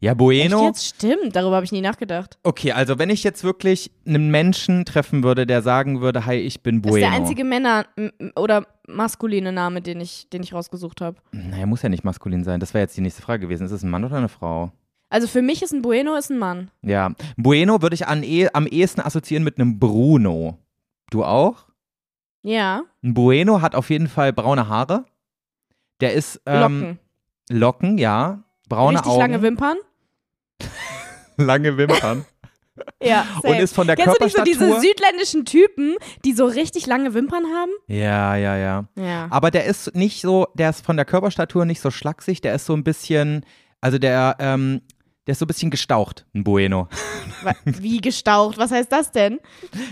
Ja, Echt Bueno. jetzt? Stimmt, darüber habe ich nie nachgedacht. Okay, also wenn ich jetzt wirklich einen Menschen treffen würde, der sagen würde, hi, ich bin Das Bueno. ist der einzige Männer- m- oder maskuline Name, den ich, den ich rausgesucht habe. Naja, muss ja nicht maskulin sein. Das wäre jetzt die nächste Frage gewesen. Ist es ein Mann oder eine Frau? Also für mich ist ein Bueno ist ein Mann. Ja. Bueno würde ich an eh, am ehesten assoziieren mit einem Bruno. Du auch? Ja, Ein Bueno hat auf jeden Fall braune Haare. Der ist ähm, Locken. Locken, ja. Braune Richtig Augen. lange Wimpern. lange Wimpern. Ja, Und ist von der Kennst du nicht so Körperstatur. diese südländischen Typen, die so richtig lange Wimpern haben? ja, ja, ja. Ja. Aber der ist nicht so, der ist von der Körperstatur nicht so schlaksig, der ist so ein bisschen, also der, ähm, der ist so ein bisschen gestaucht, ein Bueno. Wa- Wie gestaucht? Was heißt das denn?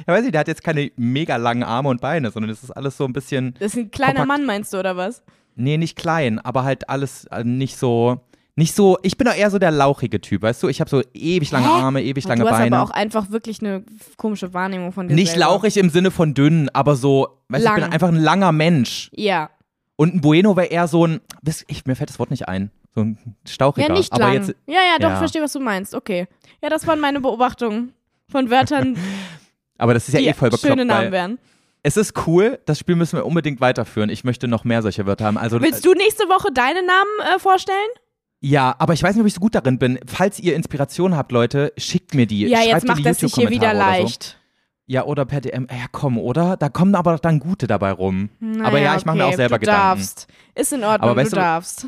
Ja, weiß ich, der hat jetzt keine mega langen Arme und Beine, sondern es ist alles so ein bisschen, Das ist ein kleiner Kompakt. Mann, meinst du, oder was? nee, nicht klein, aber halt alles äh, nicht so, nicht so, ich bin doch eher so der lauchige Typ, weißt du? Ich habe so ewig lange Hä? Arme, ewig lange du hast Beine. aber auch einfach wirklich eine komische Wahrnehmung von dir nicht selber. lauchig im Sinne von dünn, aber so, weißt du, ich bin Lang. einfach ein langer Mensch. Ja. Und ein Bueno wäre eher so ein, wisst- ich, mir fällt das Wort nicht ein, so ein stauchiger. Ja, nicht aber lang. jetzt ja, ja, doch, Ja. ich verstehe, was du meinst. Okay. Ja, das waren meine Beobachtungen von Wörtern, Aber das ist ja die eh voll bekloppt, schöne Namen weil wären. es ist cool, das Spiel müssen wir unbedingt weiterführen. Ich möchte noch mehr solche Wörter haben. Also, äh, Willst du nächste Woche deine Namen äh, vorstellen? Ja, aber ich weiß nicht, ob ich so gut darin bin. Falls ihr Inspiration habt, Leute, schickt mir die. ja, Schreibt jetzt in macht die das sich hier wieder YouTube-Kommentare oder leicht. So. Ja, oder per DM. Ja, komm, oder? Da kommen aber dann gute dabei rum. Naja, aber ja, ich mache mir okay, auch selber du Gedanken. darfst. Ist in Ordnung, Aber weißt du du- darfst.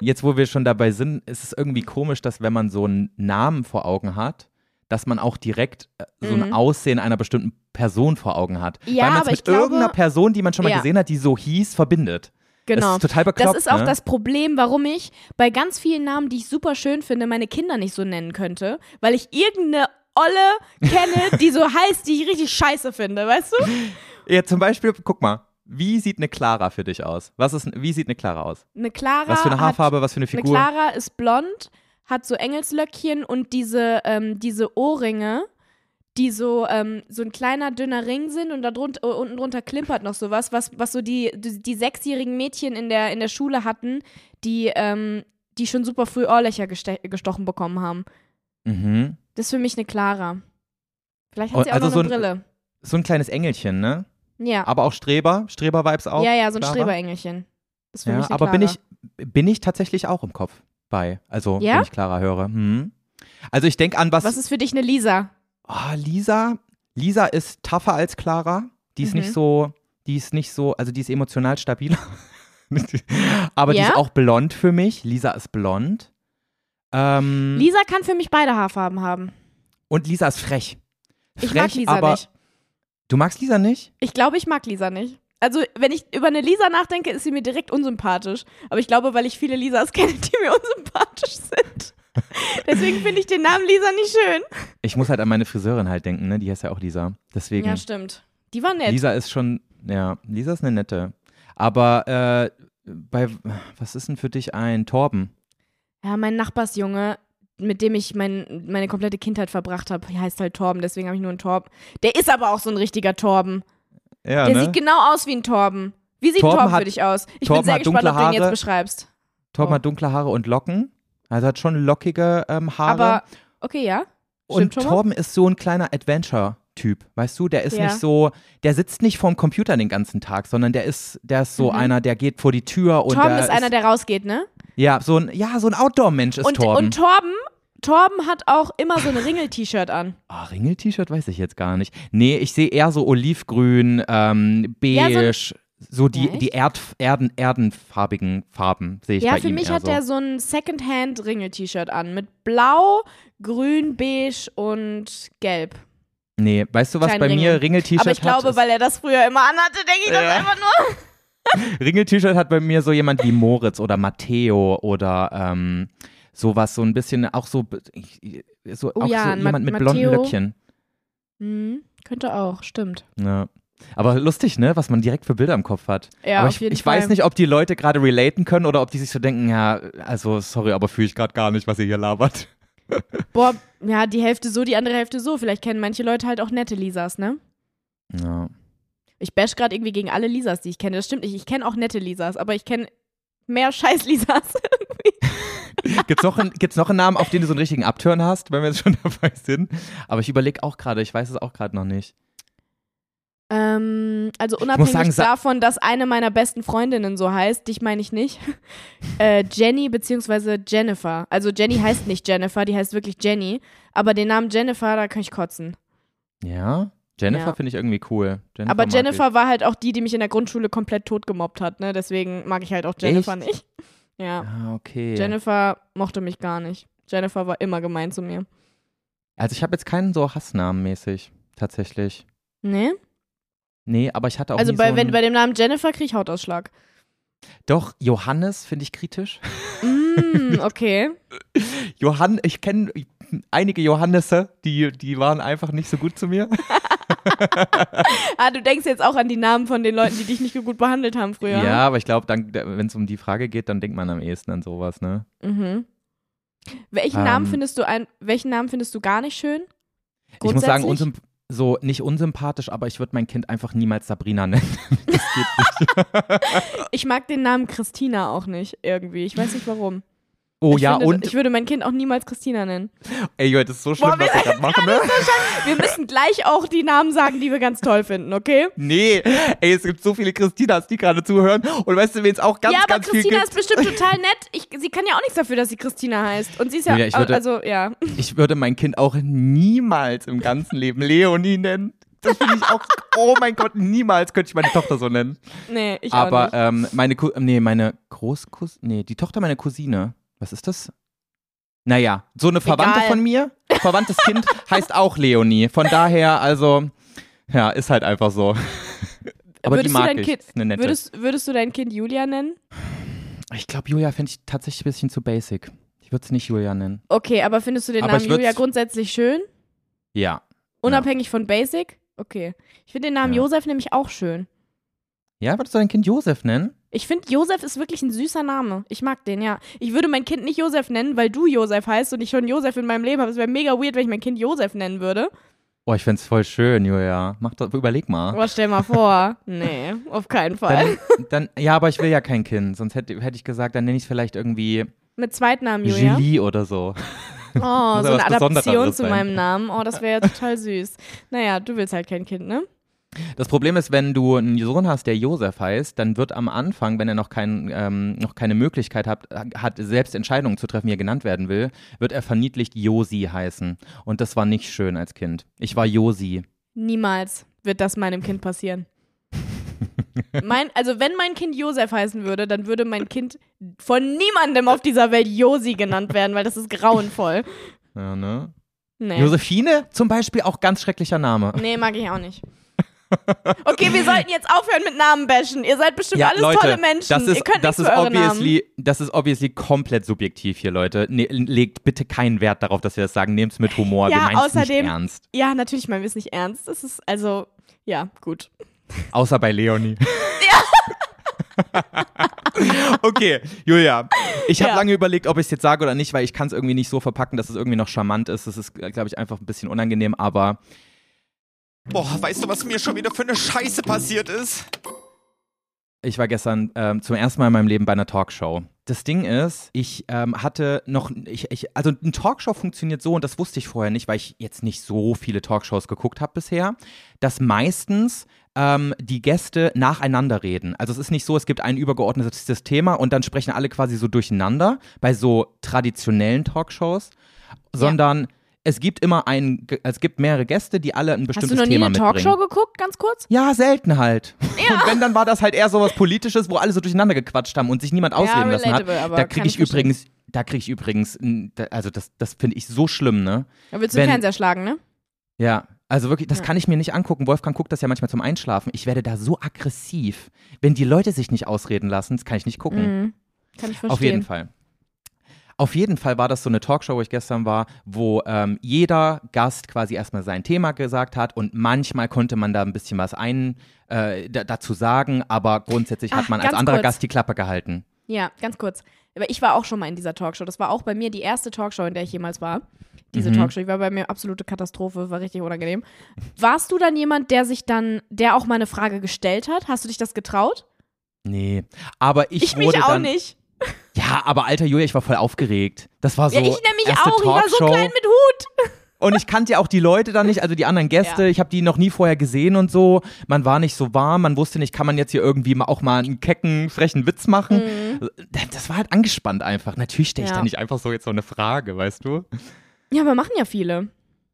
Jetzt, wo wir schon dabei sind, ist es irgendwie komisch, dass wenn man so einen Namen vor Augen hat, dass man auch direkt äh, so ein Mhm. Aussehen einer bestimmten Person vor Augen hat. Ja, Weil man aber ich es mit glaube- irgendeiner Person, die man schon mal Ja. gesehen hat, die so hieß, verbindet. Das Genau. ist total bekloppt, Das ist auch ne? das Problem, warum ich bei ganz vielen Namen, die ich super schön finde, meine Kinder nicht so nennen könnte, weil ich irgendeine Olle kenne, die so heißt, die ich richtig scheiße finde, weißt du? Ja, zum Beispiel, guck mal, wie sieht eine Clara für dich aus? Was ist, wie sieht eine Clara aus? Eine Clara. Was für eine Haarfarbe, Ah, Hat, was für eine eine Figur? Clara ist blond, hat so Engelslöckchen und diese, ähm, diese Ohrringe, die so, ähm, so ein kleiner, dünner Ring sind und da drunter, äh, unten drunter klimpert noch sowas, was, was so die, die, die sechsjährigen Mädchen in der, in der Schule hatten, die, ähm, die schon super früh Ohrlöcher geste gestochen bekommen haben. Mhm. Das ist für mich eine Clara. Vielleicht hat sie auch Also noch eine so ein- Brille. So ein kleines Engelchen, ne? Ja. Aber auch Streber, Streber-Vibes auch. Ah. ja, ja, so ein Clara? Streberengelchen. Das ist für Ja, mich eine aber bin Clara. ich, bin ich tatsächlich auch im Kopf bei. Also, Ja? wenn ich Clara höre. Hm. Also, ich denke an was. Was ist für dich eine Lisa? Ah, Lisa, Lisa ist tougher als Clara. Die ist Mhm. nicht so, die ist nicht so, also die ist emotional stabiler. Aber die ist Ja? auch blond für mich. Lisa ist blond. Ähm, Lisa kann für mich beide Haarfarben haben. und Lisa ist frech. Ich Frech, mag Lisa aber nicht. du magst Lisa nicht? Ich glaube, ich mag Lisa nicht. Also, wenn ich über eine Lisa nachdenke, ist sie mir direkt unsympathisch. Aber ich glaube, weil ich viele Lisas kenne, die mir unsympathisch sind. Deswegen finde ich den Namen Lisa nicht schön. Ich muss halt an meine Friseurin halt denken, ne? Die heißt ja auch Lisa. Deswegen. Ja, stimmt. Die war nett. Lisa ist schon, ja, Lisa ist eine nette. Aber äh, bei, was ist denn für dich ein Torben? Ja, mein Nachbarsjunge, mit dem ich mein, meine komplette Kindheit verbracht habe, heißt halt Torben, deswegen habe ich nur einen Torben. Der ist aber auch so ein richtiger Torben. Ja, Der ne? sieht genau aus wie ein Torben. Wie sieht Torben ein Torben hat- für dich aus? Ich Torben bin sehr hat gespannt, dunkle ob du ihn Haare. jetzt beschreibst. Torben Oh. hat dunkle Haare und Locken. Also hat schon lockige ähm, Haare. Aber, okay, ja. und stimmt schon mal. Torben ist so ein kleiner Adventure-Typ. Weißt du, der ist Ja. nicht so, der sitzt nicht vorm Computer den ganzen Tag, sondern der ist, der ist so Mhm. einer, der geht vor die Tür und Torben der ist einer, der rausgeht, ne? ja, so ein, ja, so ein Outdoor-Mensch ist Und Torben. und Torben, Torben hat auch immer so ein Ringel-T-Shirt an. Ah, Ringel-T-Shirt weiß ich jetzt gar nicht. Nee, ich sehe eher so olivgrün, ähm, Ja, so ein- beige, so die, Ja, echt? die Erd, Erden, erdenfarbigen Farben sehe ich ja, bei für ihm mich eher hat so. der so ein Secondhand Ringel-T-Shirt an mit blau, grün, beige und gelb. Nee, weißt du, was Kleinen bei mir Ringel. Ringel-T-Shirt Aber ich hat? glaube, weil er das früher immer anhatte, denke ich Ja. das einfach nur. Ringel-T-Shirt hat bei mir so jemand wie Moritz oder Matteo oder ähm, sowas, so ein bisschen auch so, ich- ich- so, Oh auch ja, so ein jemand Ma- mit blonden Matteo. Löckchen. Hm, könnte auch, stimmt. Ja. Aber lustig, ne? Was man direkt für Bilder im Kopf hat. Ja, aber auf ich, jeden ich Fall. weiß nicht, ob die Leute gerade relaten können oder ob die sich so denken, ja, also sorry, aber fühle ich gerade gar nicht, was ihr hier labert. Boah, ja, die Hälfte so, die andere Hälfte so. Vielleicht kennen manche Leute halt auch nette Lisas, ne? Ja. Ich bash gerade irgendwie gegen alle Lisas, die ich kenne. Das stimmt nicht. Ich kenne auch nette Lisas, aber ich kenne mehr scheiß Lisas. Gibt's noch, einen, gibt's noch einen Namen, auf den du so einen richtigen Upturn hast, wenn wir jetzt schon dabei sind? Aber ich überlege auch gerade, ich weiß es auch gerade noch nicht. Ähm, also unabhängig sagen, Sa- davon, dass eine meiner besten Freundinnen so heißt, dich meine ich nicht, äh, Jenny beziehungsweise Jennifer. Also Jenny heißt nicht Jennifer, die heißt wirklich Jenny. Aber den Namen Jennifer, da kann ich kotzen. Ja? Jennifer Ja. finde ich irgendwie cool. Jennifer aber mag Jennifer war halt auch die, die mich in der Grundschule komplett tot gemobbt hat, ne? Deswegen mag ich halt auch Jennifer Echt? nicht. Ich. Ja. Ah, okay. Jennifer mochte mich gar nicht. Jennifer war immer gemein zu mir. also ich habe jetzt keinen so Hassnamen mäßig, tatsächlich. Ne? Nee, aber ich hatte auch Also nie bei, so wenn, einen, bei dem Namen Jennifer kriege ich Hautausschlag. Doch, Johannes finde ich kritisch. Mm, okay. Johann, ich kenne einige Johannisse, die, die waren einfach nicht so gut zu mir. Ah, du denkst jetzt auch an die Namen von den Leuten, die dich nicht so gut behandelt haben früher. Ja, aber ich glaube, wenn es um die Frage geht, dann denkt man am ehesten an sowas, ne? Mhm. Welchen Ähm. Namen findest du ein, welchen Namen findest du gar nicht schön? Ich muss sagen, Grundsätzlich? unsymp so nicht unsympathisch, aber ich würde mein Kind einfach niemals Sabrina nennen. ich mag den Namen Christina auch nicht irgendwie. Ich weiß nicht warum. Oh ich ja, finde, und Ich würde mein Kind auch niemals Christina nennen. ey, Leute, das ist so schlimm, Boah, wir was wir gerade machen, ne? Wir müssen gleich auch die Namen sagen, die wir ganz toll finden, okay? Nee, ey, es gibt so viele Christinas, die gerade zuhören und weißt du, wen es auch ganz ja, aber ganz viel Christina gibt? ist bestimmt total nett. Ich, sie kann ja auch nichts dafür, dass sie Christina heißt. Und sie ist ja, Julia, ich würde- also ja. Ich würde mein Kind auch niemals im ganzen Leben Leonie nennen. Das finde ich auch, oh mein Gott, niemals könnte ich meine Tochter so nennen. Nee, ich auch Aber nicht. ähm, meine, Ku nee, meine Großcous, nee, die Tochter meiner Cousine, was ist das? Naja, so eine Verwandte Egal. von mir, verwandtes Kind, heißt auch Leonie. Von daher, also, ja, ist halt einfach so. Aber Würdest die du mag dein ich, Kind- ist eine nette. Würdest, würdest du dein Kind Julia nennen? ich glaube, Julia finde ich tatsächlich ein bisschen zu basic. Ich würde es nicht Julia nennen. Okay, aber findest du den Aber Namen ich würd's- Julia grundsätzlich schön? Ja, Unabhängig von Basic? Okay. Ich finde den Namen Ja. Josef nämlich auch schön. ja, würdest du dein Kind Josef nennen? Ich finde, Josef ist wirklich ein süßer Name. Ich mag den, ja. Ich würde mein Kind nicht Josef nennen, weil du Josef heißt und ich schon Josef in meinem Leben habe. Es wäre mega weird, wenn ich mein Kind Josef nennen würde. Oh, ich find's voll schön, Julia. Mach doch, überleg mal. Aber stell mal vor. Nee, auf keinen Fall. Dann, dann, ja, aber ich will ja kein Kind. Sonst hätte, hätte ich gesagt, dann nenne ich es vielleicht irgendwie Mit Zweitnamen, Julia. Julie oder so. Oh, Muss so ja eine was Besonderes Adaption zu sein. meinem Namen. Oh, das wäre ja total süß. Naja, du willst halt kein Kind, ne? Das Problem ist, wenn du einen Sohn hast, der Josef heißt, dann wird am Anfang, wenn er noch, kein, ähm, noch keine Möglichkeit hat, äh, hat, selbst Entscheidungen zu treffen, wie er genannt werden will, wird er verniedlicht Josi heißen. Und das war nicht schön als Kind. Ich war Josi. Niemals wird das meinem Kind passieren. Mein, also wenn mein Kind Josef heißen würde, dann würde mein Kind von niemandem auf dieser Welt Josi genannt werden, weil das ist grauenvoll. Ja, ne? Nee. Josephine zum Beispiel auch ganz schrecklicher Name. Nee, mag ich auch nicht. Okay, wir sollten jetzt aufhören mit Namen bashen. Ihr seid bestimmt alles tolle Menschen. Das ist, Ihr könnt das nichts ist für eure Namen. obviously, das ist obviously komplett subjektiv hier, Leute. Ne, legt bitte keinen Wert darauf, dass wir das sagen. Nehmt es mit Humor. Ja, wir meinen es nicht außerdem- ernst. Ja, natürlich meinen wir es nicht ernst. Das ist also, ja, gut. Außer bei Leonie. okay, Julia. Ich habe Ja. lange überlegt, ob ich es jetzt sage oder nicht, weil ich kann es irgendwie nicht so verpacken, dass es irgendwie noch charmant ist. Das ist, glaube ich, einfach ein bisschen unangenehm, aber Boah, weißt du, was mir schon wieder für eine Scheiße passiert ist? Ich war gestern ähm, zum ersten Mal in meinem Leben bei einer Talkshow. Das Ding ist, ich ähm, hatte noch, ich, ich, also eine Talkshow funktioniert so und das wusste ich vorher nicht, weil ich jetzt nicht so viele Talkshows geguckt habe bisher, dass meistens ähm, die Gäste nacheinander reden. Also es ist nicht so, es gibt ein übergeordnetes Thema und dann sprechen alle quasi so durcheinander bei so traditionellen Talkshows, sondern es gibt immer einen, es gibt mehrere Gäste, die alle ein Hast bestimmtes du noch nie Thema eine mitbringen. Talkshow geguckt, ganz kurz? Ja, selten halt. Und wenn, dann war das halt eher sowas Politisches, wo alle so durcheinander gequatscht haben und sich niemand ausreden lassen hat. relatable, aber Da kann kriege ich ich verstehen. übrigens, da kriege ich übrigens, n- da- also das, das finde ich so schlimm, ne? Da willst du den Wenn- Fernseher schlagen, ne? Ja. Also wirklich, das Ja. kann ich mir nicht angucken. Wolfgang guckt das ja manchmal zum Einschlafen. Ich werde da so aggressiv. Wenn die Leute sich nicht ausreden lassen, das kann ich nicht gucken. Mhm. Kann ich verstehen. Auf jeden Fall. Auf jeden Fall war das so eine Talkshow, wo ich gestern war, wo ähm, jeder Gast quasi erstmal sein Thema gesagt hat und manchmal konnte man da ein bisschen was ein, äh, da, dazu sagen, aber grundsätzlich Ach, hat man als ganz anderer kurz. Gast die Klappe gehalten. Ja, ganz kurz. Aber ich war auch schon mal in dieser Talkshow. Das war auch bei mir die erste Talkshow, in der ich jemals war. Diese Mhm. Talkshow, die war bei mir absolute Katastrophe, war richtig unangenehm. Warst du dann jemand, der sich dann, der auch mal eine Frage gestellt hat? Hast du dich das getraut? Nee, aber ich, Ich, wurde mich auch dann, nicht. Ja, aber alter Julia, ich war voll aufgeregt. Das war so ja, ich nämlich erste auch. Ich war so Talkshow. klein mit Hut. Und ich kannte ja auch die Leute da nicht, also die anderen Gäste. Ich habe die noch nie vorher gesehen und so. Man war nicht so warm, man wusste nicht, kann man jetzt hier irgendwie mal auch mal einen kecken, frechen Witz machen. Das war halt angespannt einfach. Natürlich stelle ich Mhm. Ja. da nicht einfach so jetzt so eine Frage, weißt du? Ja, aber machen ja viele.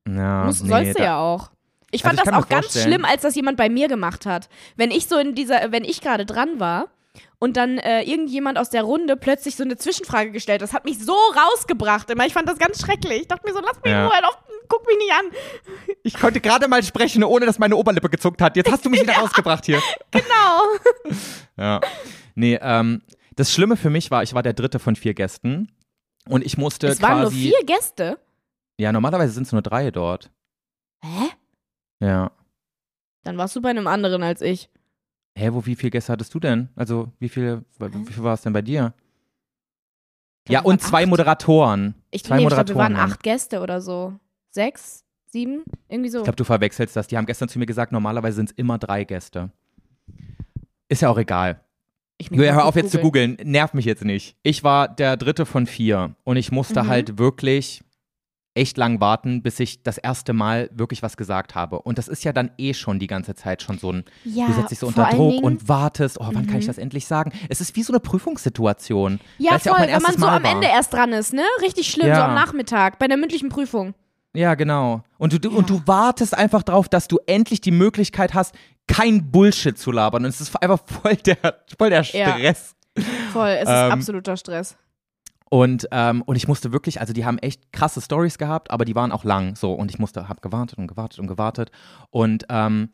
Ja, Muss, sollst du ja auch. Ich Also fand ich das kann mir auch ganz vorstellen- schlimm, als das jemand bei mir gemacht hat. Wenn ich so in dieser, wenn ich gerade dran war und dann äh, irgendjemand aus der Runde plötzlich so eine Zwischenfrage gestellt, das hat mich so rausgebracht immer. Ich fand das ganz schrecklich. Ich dachte mir so, lass mich Ja. in Ruhe, lauf, guck mich nicht an. Ich konnte gerade mal sprechen, ohne dass meine Oberlippe gezuckt hat. Jetzt hast du mich wieder rausgebracht hier. Genau. Ja. Nee, ähm, das Schlimme für mich war, ich war der dritte von vier Gästen. Und ich musste Es quasi. waren nur vier Gäste. Ja, normalerweise sind es nur drei dort. Hä? Ja. Dann warst du bei einem anderen als ich. Hä, wo, wie viel Gäste hattest du denn? Also, wie viel, wie viel war es denn bei dir? glaub, ja, wir waren und zwei acht. Moderatoren. Ich, Zwei nee, ich glaube, wir waren Moderatorinnen. acht Gäste oder so. Sechs, sieben, irgendwie so. Ich glaube, du verwechselst das. Die haben gestern zu mir gesagt, normalerweise sind es immer drei Gäste. Ist ja auch egal. Ich muss Julia, mal hör auf kurz jetzt zu googeln. Nerv mich jetzt nicht. Ich war der dritte von vier und ich musste Mhm. halt wirklich echt lang warten, bis ich das erste Mal wirklich was gesagt habe. Und das ist ja dann eh schon die ganze Zeit schon so ein, Ja, du setzt dich so vor unter allen Druck Dingen- Mhm. und wartest, oh, wann kann ich das endlich sagen? Es ist wie so eine Prüfungssituation. Ja, weil es voll, auch mein wenn man erstes so Mal am war. Ende erst dran ist, ne? Richtig schlimm, so Ja. am Nachmittag, bei der mündlichen Prüfung. Ja, genau. Und du, du, und du wartest einfach drauf, dass du endlich die Möglichkeit hast, kein Bullshit zu labern. Und es ist einfach voll der, voll der Ja. Stress. Voll, es ist Ähm, absoluter Stress. Und, ähm, und ich musste wirklich, also die haben echt krasse Stories gehabt, aber die waren auch lang so. Und ich musste, hab gewartet und gewartet und gewartet. Und ähm,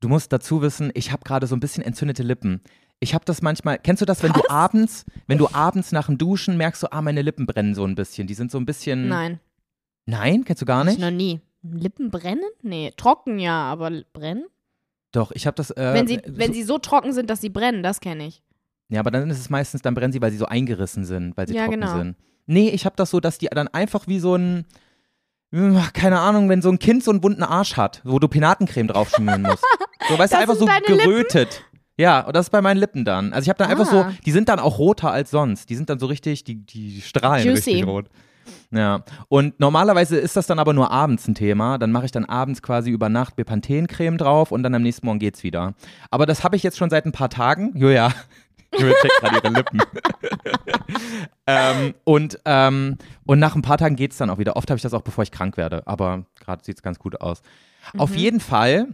du musst dazu wissen, ich habe gerade so ein bisschen entzündete Lippen. Ich habe das manchmal, kennst du das, wenn du abends, wenn du abends nach dem Duschen merkst du, ah, meine Lippen brennen so ein bisschen. Die sind so ein bisschen. Nein, Nein, kennst du gar ich hm. nicht? noch nie. Lippen brennen? Nee, trocken ja, aber l- brennen? Doch, ich habe das. Äh, wenn sie, so- wenn sie so trocken sind, dass sie brennen, das kenne ich. Ja, aber dann ist es meistens, dann brennen sie, weil sie so eingerissen sind, weil sie Ja, trocken genau. sind. Nee, ich habe das so, dass die dann einfach wie so ein, ach, keine Ahnung, wenn so ein Kind so einen bunten Arsch hat, wo du Penatencreme draufschmieren musst. So, weißt du, Das einfach so sind deine gerötet. Ja, und das ist bei meinen Lippen dann. Also ich habe dann einfach so, Ah. die sind dann auch roter als sonst. Die sind dann so richtig, die, die strahlen Juicy. richtig rot. Ja, und normalerweise ist das dann aber nur abends ein Thema. Dann mache ich dann abends quasi über Nacht Bepanthen-Creme drauf und dann am nächsten Morgen geht's wieder. Aber das habe ich jetzt schon seit ein paar Tagen. Julia, Julia checkt gerade ihre Lippen. ähm, und, ähm, und nach ein paar Tagen geht's dann auch wieder. Oft habe ich das auch, bevor ich krank werde. Aber gerade sieht's ganz gut aus. Mhm. Auf jeden Fall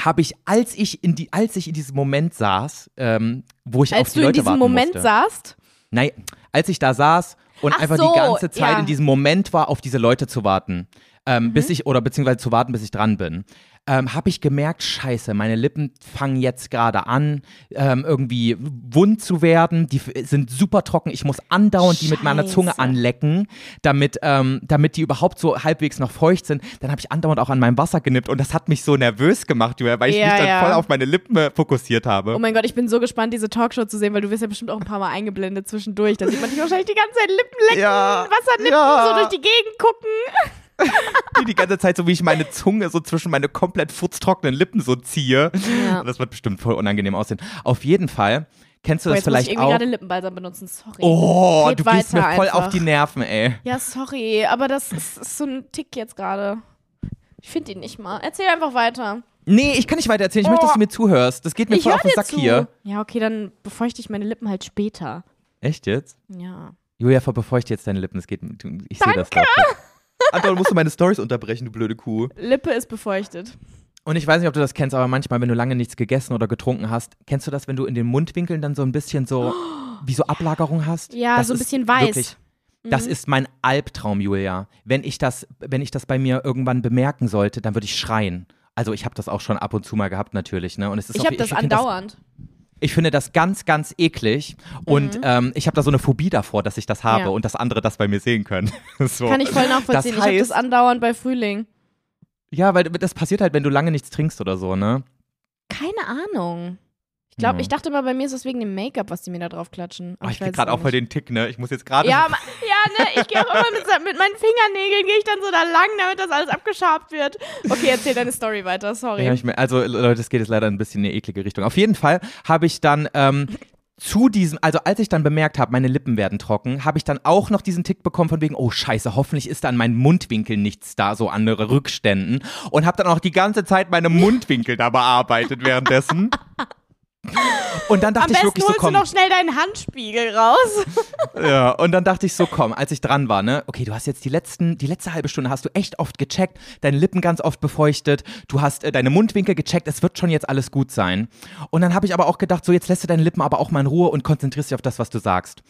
habe ich, als ich in die, als ich in diesem Moment saß, ähm, wo ich auf Als die du in Leute diesem warten Moment musste. saßt, Nein, als ich da saß und Ach einfach so, die ganze Zeit ja. Mhm. in diesem Moment war, auf diese Leute zu warten, ähm, bis ich oder beziehungsweise zu warten, bis ich dran bin, ähm, habe ich gemerkt, Scheiße, meine Lippen fangen jetzt gerade an, ähm, irgendwie wund zu werden. Die f- sind super trocken. Ich muss andauernd die mit meiner Zunge Scheiße. anlecken, damit ähm, damit die überhaupt so halbwegs noch feucht sind. Dann habe ich andauernd auch an meinem Wasser genippt und das hat mich so nervös gemacht, Julia, weil ich Ja, mich dann ja. voll auf meine Lippen äh, fokussiert habe. oh mein Gott, ich bin so gespannt, diese Talkshow zu sehen, weil du wirst ja bestimmt auch ein paar Mal eingeblendet zwischendurch. Da sieht man dich wahrscheinlich die ganze Zeit Lippen lecken, Ja, Wasserlippen ja. so durch die Gegend gucken. die die ganze Zeit so, wie ich meine Zunge so zwischen meine komplett futztrockenen Lippen so ziehe. Ja. Das wird bestimmt voll unangenehm aussehen. Auf jeden Fall kennst du Boah, das Oh, jetzt muss ich vielleicht irgendwie auch. gerade Lippenbalsam benutzen, sorry. Oh, Geht du gehst mir weiter voll auf einfach. die Nerven, ey. Ja, sorry, aber das ist, ist so ein Tick jetzt gerade. Ich finde ihn nicht mal. Erzähl einfach weiter. Nee, ich kann nicht weiter erzählen. Ich möchte, dass du mir zuhörst. Das geht mir Oh. ich voll höre auf den dir Sack zu. hier. Ja, okay, dann befeuchte ich meine Lippen halt später. Echt jetzt? Ja. Julia, verbefeuchte jetzt deine Lippen. Das geht, du- ich sehe das gerade. Anton, musst du meine Stories unterbrechen, du blöde Kuh. Lippe ist befeuchtet. Und ich weiß nicht, ob du das kennst, aber manchmal, wenn du lange nichts gegessen oder getrunken hast, kennst du das, wenn du in den Mundwinkeln dann so ein bisschen so, wie so Ablagerung hast? Oh. Ja, das so ein ist bisschen weiß. Wirklich, Mhm. Das ist mein Albtraum, Julia. Wenn ich das, wenn ich das bei mir irgendwann bemerken sollte, dann würde ich schreien. Also ich habe das auch schon ab und zu mal gehabt natürlich, ne? Und es ist Ich auch- habe das find das- andauernd. ich finde das ganz, ganz eklig und ähm, ich habe da so eine Phobie davor, dass ich das habe Mhm. Ja. und dass andere das bei mir sehen können. so. Kann ich voll nachvollziehen. Das heißt, ich habe das andauernd bei Frühling. ja, weil das passiert halt, wenn du lange nichts trinkst oder so, ne? Keine Ahnung. Ich glaube, Ja. ich dachte mal, bei mir ist das wegen dem Make-up, was die mir da drauf klatschen. Oh, ich weiß krieg es gerade auch nicht. voll den Tick, ne? Ich muss jetzt gerade. Ja, ma- ja, ne, ich gehe auch immer mit, mit meinen Fingernägeln, gehe ich dann so da lang, damit das alles abgeschabt wird. Okay, erzähl deine Story weiter, sorry. Ja, ich mir, also Leute, es geht jetzt leider ein bisschen in eine eklige Richtung. Auf jeden Fall habe ich dann ähm, zu diesem, also als ich dann bemerkt habe, meine Lippen werden trocken, habe ich dann auch noch diesen Tick bekommen von wegen, oh scheiße, hoffentlich ist da an meinen Mundwinkeln nichts da, so andere Rückständen. Und habe dann auch die ganze Zeit meine Mundwinkel da bearbeitet währenddessen. Und dann Am dachte ich besten wirklich so, holst komm, du noch schnell deinen Handspiegel raus. ja, und dann dachte ich so, komm, als ich dran war, ne, okay, du hast jetzt die letzten, die letzte halbe Stunde hast du echt oft gecheckt, deine Lippen ganz oft befeuchtet, du hast äh, deine Mundwinkel gecheckt, es wird schon jetzt alles gut sein. Und dann habe ich aber auch gedacht, so jetzt lässt du deine Lippen aber auch mal in Ruhe und konzentrierst dich auf das, was du sagst.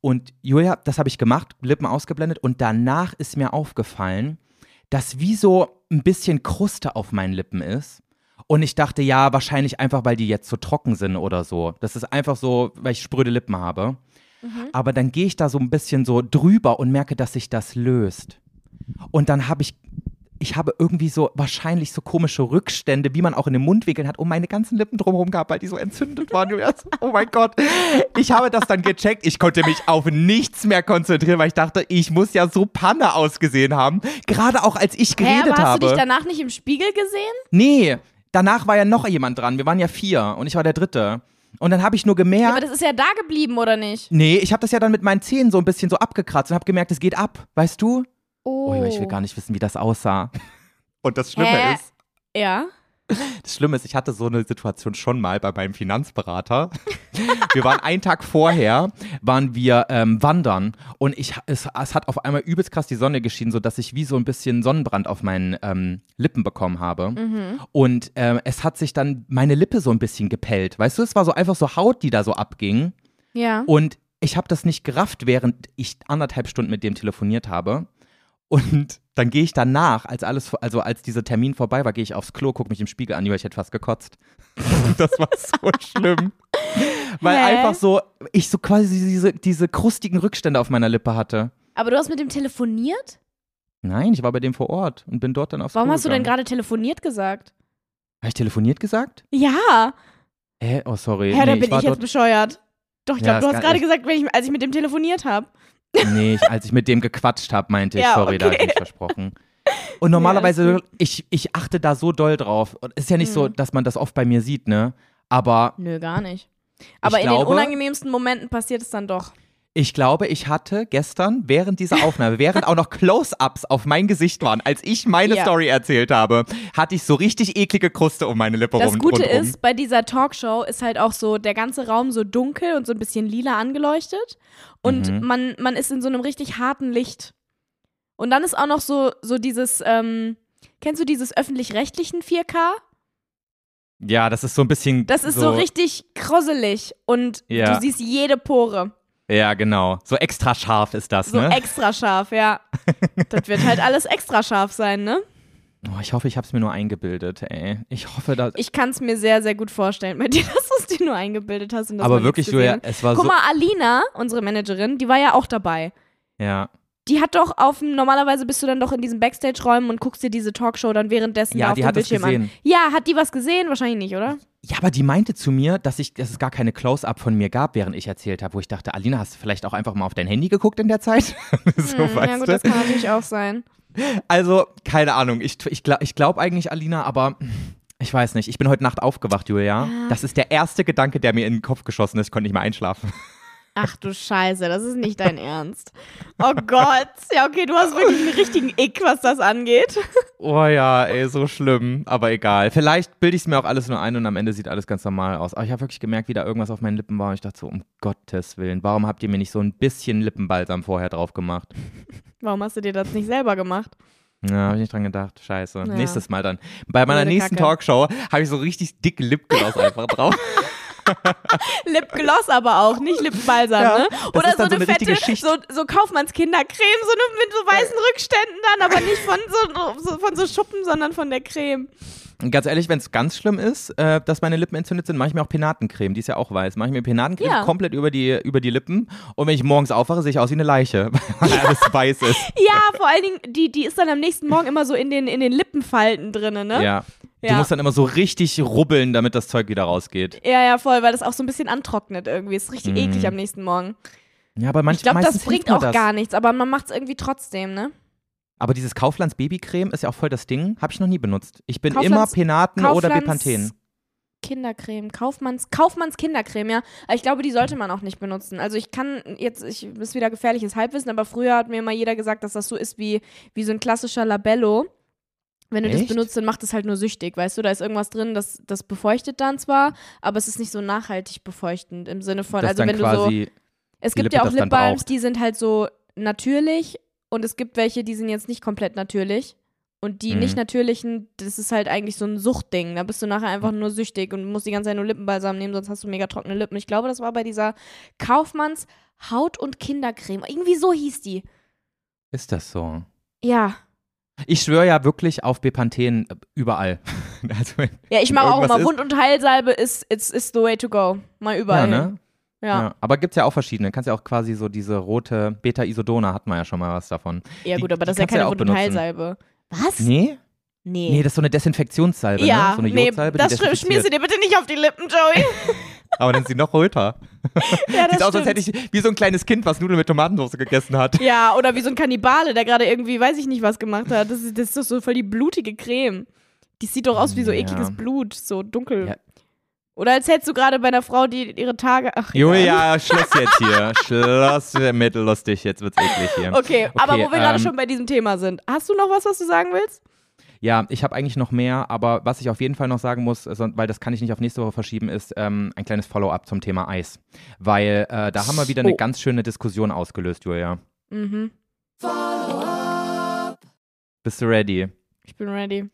Und Julia, das habe ich gemacht, Lippen ausgeblendet und danach ist mir aufgefallen, dass wie so ein bisschen Kruste auf meinen Lippen ist. Und ich dachte, ja, wahrscheinlich einfach, weil die jetzt so trocken sind oder so. Das ist einfach so, weil ich spröde Lippen habe. Mhm. Aber dann gehe ich da so ein bisschen so drüber und merke, dass sich das löst. Und dann habe ich, ich habe irgendwie so wahrscheinlich so komische Rückstände, wie man auch in den Mundwinkeln hat, um meine ganzen Lippen drumherum gehabt, weil die so entzündet waren. Und ich so, Oh mein Gott. Ich habe das dann gecheckt. Ich konnte mich auf nichts mehr konzentrieren, weil ich dachte, ich muss ja so Panne ausgesehen haben. Gerade auch als ich Hä, geredet aber hast habe. du dich danach nicht im Spiegel gesehen? Nee, danach war ja noch jemand dran. Wir waren ja vier und ich war der Dritte. Und dann habe ich nur Ja. gemerkt. Aber das ist ja da geblieben, oder nicht? nee, ich habe das ja dann mit meinen Zähnen so ein bisschen so abgekratzt und habe gemerkt, es geht ab. Weißt du? Oh, Oh, ich will gar nicht wissen, wie das aussah. Und das Hä? Ja. Das Schlimme ist, ich hatte so eine Situation schon mal bei meinem Finanzberater. Wir waren einen Tag vorher, waren wir ähm, wandern und ich, es, es hat auf einmal übelst krass die Sonne geschienen, sodass ich wie so ein bisschen Sonnenbrand auf meinen ähm, Lippen bekommen habe. Und ähm, es hat sich dann meine Lippe so ein bisschen gepellt. Weißt du, es war so einfach so Haut, die da so abging. Ja. Und ich habe das nicht gerafft, während ich anderthalb Stunden mit dem telefoniert habe. Und dann gehe ich danach, als alles, also als dieser Termin vorbei war, gehe ich aufs Klo, gucke mich im Spiegel an, Julia, ich hätte fast gekotzt. das war so schlimm. Weil Hä? einfach so, ich so quasi diese, diese krustigen Rückstände auf meiner Lippe hatte. Aber du hast mit dem telefoniert? Nein, ich war bei dem vor Ort und bin dort dann aufs Warum Klo hast du denn gegangen. gerade telefoniert gesagt? Habe ich telefoniert gesagt? Ja. Äh, oh, sorry. Hä, da nee, bin war ich jetzt dort, bescheuert. Doch, ich Ja, glaube, du ist hast gar- gerade gesagt, wenn ich, als ich mit dem telefoniert habe. Nee, ich, als ich mit dem gequatscht habe, meinte ich, Ja, sorry, da okay. habe ich mich versprochen. Und normalerweise, ich, ich achte da so doll drauf. Und es ist ja nicht Mhm. so, dass man das oft bei mir sieht, ne? Aber Nö, gar nicht. Aber in den glaube- unangenehmsten Momenten passiert es dann doch. ich glaube, ich hatte gestern während dieser Aufnahme, während auch noch Close-Ups auf mein Gesicht waren, als ich meine Ja. Story erzählt habe, hatte ich so richtig eklige Kruste um meine Lippe Das rum. Gute rundrum. ist, bei dieser Talkshow ist halt auch so der ganze Raum so dunkel und so ein bisschen lila angeleuchtet. Und Mhm. man, man ist in so einem richtig harten Licht. Und dann ist auch noch so, so dieses, ähm, kennst du dieses öffentlich-rechtlichen 4K? Ja, das ist so ein bisschen. Das ist so, richtig krosselig und Ja. du siehst jede Pore. Ja, genau. So extra scharf ist das, So ne? extra scharf, ja. das wird halt alles extra scharf sein, ne? Oh, ich hoffe, ich habe es mir nur eingebildet, ey. Ich hoffe, dass. Ich kann es mir sehr, sehr gut vorstellen bei dir, dass du es dir nur eingebildet hast. Und dass aber man nichts wirklich, Julia, also gesehen hat. es war Guck mal, Alina, unsere Managerin, die war ja auch dabei. so. Ja. Die hat doch auf dem, normalerweise bist du dann doch in diesen Backstage-Räumen und guckst dir diese Talkshow dann währenddessen Ja, da auf die dem hat das Bildschirm an. gesehen. Ja, hat die was gesehen? Wahrscheinlich nicht, oder? Ja, aber die meinte zu mir, dass, ich, dass es gar keine Close-Up von mir gab, während ich erzählt habe, wo ich dachte, Alina, hast du vielleicht auch einfach mal auf dein Handy geguckt in der Zeit? so, Hm, weißt ja gut, du? das kann natürlich auch sein. Also, keine Ahnung. Ich, ich glaube ich glaub eigentlich Alina, aber ich weiß nicht. Ich bin heute Nacht aufgewacht, Julia. Das ist der erste Gedanke, der mir in den Kopf geschossen ist. Ich konnte nicht mehr einschlafen. Ach du Scheiße, das ist nicht dein Ernst. Oh Gott. Ja, okay, du hast wirklich einen richtigen Ick, was das angeht. Oh ja, ey, so schlimm. Aber egal. Vielleicht bilde ich es mir auch alles nur ein und am Ende sieht alles ganz normal aus. Aber ich habe wirklich gemerkt, wie da irgendwas auf meinen Lippen war. Und ich dachte so, um Gottes Willen, warum habt ihr mir nicht so ein bisschen Lippenbalsam vorher drauf gemacht? Warum hast du dir das nicht selber gemacht? Ja, habe ich nicht dran gedacht. Scheiße. Ja. Nächstes Mal dann. Bei meiner Blöde nächsten Kacke. Talkshow habe ich so richtig dicke Lipgloss einfach drauf. Lipgloss aber auch, nicht Lippenbalsam, Ja, ne? das Oder so ist dann so eine eine richtige fette, Schicht. so, so Kaufmannskindercreme, so eine mit so weißen Rückständen dann, aber nicht von so, so, von so Schuppen, sondern von der Creme. Und ganz ehrlich, wenn es ganz schlimm ist, äh, dass meine Lippen entzündet sind, mache ich mir auch Penatencreme. Die ist ja auch weiß. Mache ich mir Penatencreme Ja. komplett über die, über die Lippen. Und wenn ich morgens aufwache, sehe ich aus wie eine Leiche, weil alles weiß ist. Ja, vor allen Dingen, die, die ist dann am nächsten Morgen immer so in den, in den Lippenfalten drin, ne? Ja. Du Ja. musst dann immer so richtig rubbeln, damit das Zeug wieder rausgeht. ja, ja, voll, weil das auch so ein bisschen antrocknet irgendwie. Ist richtig Mhm. eklig am nächsten Morgen. Ja, aber manch, Ich glaube, das meistens bringt hilft mir auch das. gar nichts, aber man macht es irgendwie trotzdem, ne? Aber dieses Kauflands Babycreme ist ja auch voll das Ding. Habe ich noch nie benutzt. Ich bin immer Kauflands- Penaten oder Kauflands- Bepanthen. Kindercreme, Kaufmanns, Kaufmanns Kindercreme, ja. Aber ich glaube, die sollte man auch nicht benutzen. Also ich kann jetzt, ich ist wieder gefährliches Halbwissen, aber früher hat mir immer jeder gesagt, dass das so ist wie, wie so ein klassischer Labello. Wenn du das Echt? benutzt, dann macht es halt nur süchtig, weißt du? Da ist irgendwas drin, das, das befeuchtet dann zwar, aber es ist nicht so nachhaltig befeuchtend im Sinne von, Das also dann wenn du so, quasi es die gibt Lippe ja auch das dann Lipbalms, braucht. die sind halt so natürlich und es gibt welche, die sind jetzt nicht komplett natürlich. Und die Mhm. nicht natürlichen, das ist halt eigentlich so ein Suchtding. Da bist du nachher einfach nur süchtig und musst die ganze Zeit nur Lippenbalsam nehmen, sonst hast du mega trockene Lippen. Ich glaube, das war bei dieser Kaufmanns Haut- und Kindercreme. Irgendwie so hieß die. ist das so. Ja. Ich schwöre ja wirklich auf Bepanthen äh, überall. Also, Ja, ich mache auch Irgendwas immer ist- Wund- und Heilsalbe ist it's, it's the way to go. Mal ja, überall. hin. ne? Ja. Ja, aber gibt es ja auch verschiedene. Kannst ja auch quasi so diese rote Beta-Isodona, hat man ja schon mal was davon. ja, Die- gut, aber die das ist ja kannst du ja keine auch Wund- und benutzen. Heilsalbe. Was? Nee? Nee, das ist so eine Desinfektionssalbe, ja, ne? So eine nee, Jodsalbe, das die stimmt. Schmier sie desinfiziert. dir bitte nicht auf die Lippen, Joey. Aber dann ist sie noch röter. Ja, das Sieht aus, als stimmt. hätte ich wie so ein kleines Kind, was Nudeln mit Tomatensauce gegessen hat. Ja, oder wie so ein Kannibale, der gerade irgendwie, weiß ich nicht, was gemacht hat. Das ist, das ist doch so voll die blutige Creme. Die sieht doch aus wie so Ja. ekliges Blut, so dunkel. Ja. Oder als hättest du gerade bei einer Frau, die ihre Tage. Ach, egal. Julia, Schluss jetzt hier. Schluss mit lustig, jetzt wird's eklig hier. Okay, aber wo wir gerade ähm, schon bei diesem Thema sind. Hast du noch was, was du sagen willst? Ja, ich habe eigentlich noch mehr, aber was ich auf jeden Fall noch sagen muss, äh, son- weil das kann ich nicht auf nächste Woche verschieben, ist ähm, ein kleines Follow-up zum Thema Eis. Weil äh, da haben wir wieder eine Oh. ganz schöne Diskussion ausgelöst, Julia. Mhm. Bist du ready? Ich bin ready.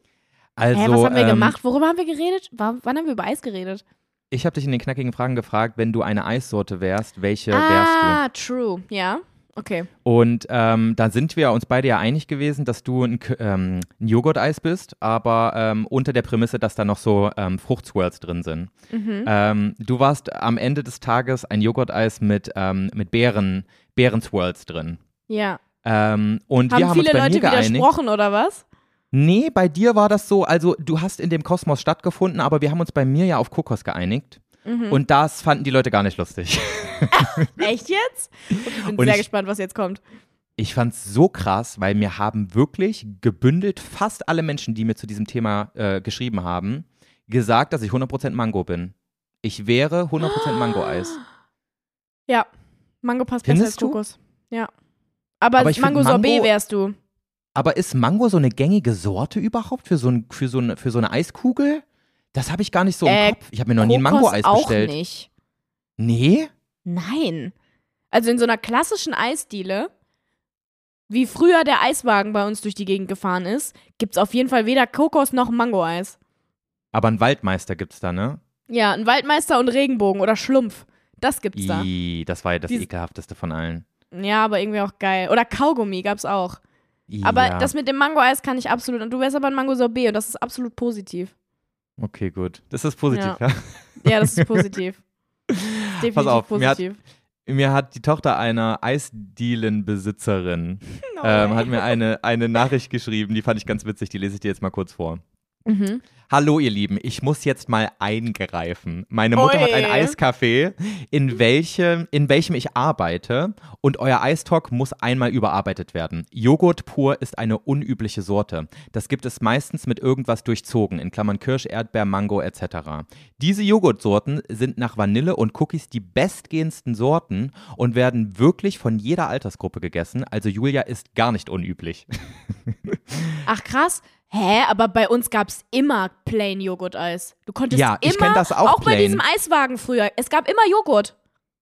Also, Hä, was haben wir ähm, gemacht? Worüber haben wir geredet? Wa- Wann haben wir über Eis geredet? Ich habe dich in den knackigen Fragen gefragt, wenn du eine Eissorte wärst, welche wärst ah, true. Ja. Okay. du? Und ähm, da sind wir uns beide ja einig gewesen, dass du ein, K- ähm, ein Joghurt-Eis bist, aber ähm, unter der Prämisse, dass da noch so ähm, Fruchtswirls drin sind. Mhm. Ähm, du warst am Ende des Tages ein Joghurt-Eis mit, ähm, mit Beeren, Beeren-Swirls drin. Ja. Ähm, und Haben wir haben viele uns bei Leute mir geeinigt. widersprochen, oder was? Nee, bei dir war das so, also du hast in dem Kosmos stattgefunden, aber wir haben uns bei mir ja auf Kokos geeinigt. Mhm. Und das fanden die Leute gar nicht lustig. Echt jetzt? Ich bin Und sehr ich- gespannt, was jetzt kommt. Ich fand's so krass, weil mir haben wirklich gebündelt fast alle Menschen, die mir zu diesem Thema äh, geschrieben haben, gesagt, dass ich 100% Mango bin. Ich wäre 100% Mango-Eis. Ja, Mango passt Findest besser als du? Kokos. Ja. Aber, Aber ich find Mango-Sorbet Mango- wärst du. Aber ist Mango so eine gängige Sorte überhaupt für so, ein, für so, eine, für so eine Eiskugel? Das habe ich gar nicht so Äh, im Kopf. Ich habe mir noch nie ein Kokos Mango-Eis auch bestellt. nicht. Nee? Nein. Also in so einer klassischen Eisdiele, wie früher der Eiswagen bei uns durch die Gegend gefahren ist, gibt's auf jeden Fall weder Kokos noch Mangoeis. Aber einen Waldmeister gibt's da, ne? Ja, ein Waldmeister und Regenbogen oder Schlumpf. Das gibt's da. Ih, das war ja das Dies- ekelhafteste von allen. Ja, aber irgendwie auch geil. Oder Kaugummi gab's auch. Aber ja. das mit dem Mangoeis kann ich absolut. Und du wärst aber ein Mango-Sorbet und das ist absolut positiv. Okay, gut. Das ist positiv, Ja. ja. Ja, das ist positiv. Das ist Definitiv Pass auf, mir hat- positiv. Mir hat die Tochter einer Eisdielenbesitzerin No ähm, way. hat mir eine, eine Nachricht geschrieben, die fand ich ganz witzig, die lese ich dir jetzt mal kurz vor. mhm. Hallo ihr Lieben, ich muss jetzt mal eingreifen. Meine Mutter hat ein Ui. Eiscafé, in welchem, in welchem ich arbeite und euer Eistalk muss einmal überarbeitet werden. Joghurt pur ist eine unübliche Sorte. Das gibt es meistens mit irgendwas durchzogen, in Klammern Kirsch, Erdbeer, Mango etc. Diese Joghurtsorten sind nach Vanille und Cookies die bestgehendsten Sorten und werden wirklich von jeder Altersgruppe gegessen, also Julia ist gar nicht unüblich. Ach krass. Hä, aber bei uns gab's immer plain Joghurt-Eis. Du konntest Ja, immer, ich kenn das auch bei plain. diesem Eiswagen früher, es gab immer Joghurt.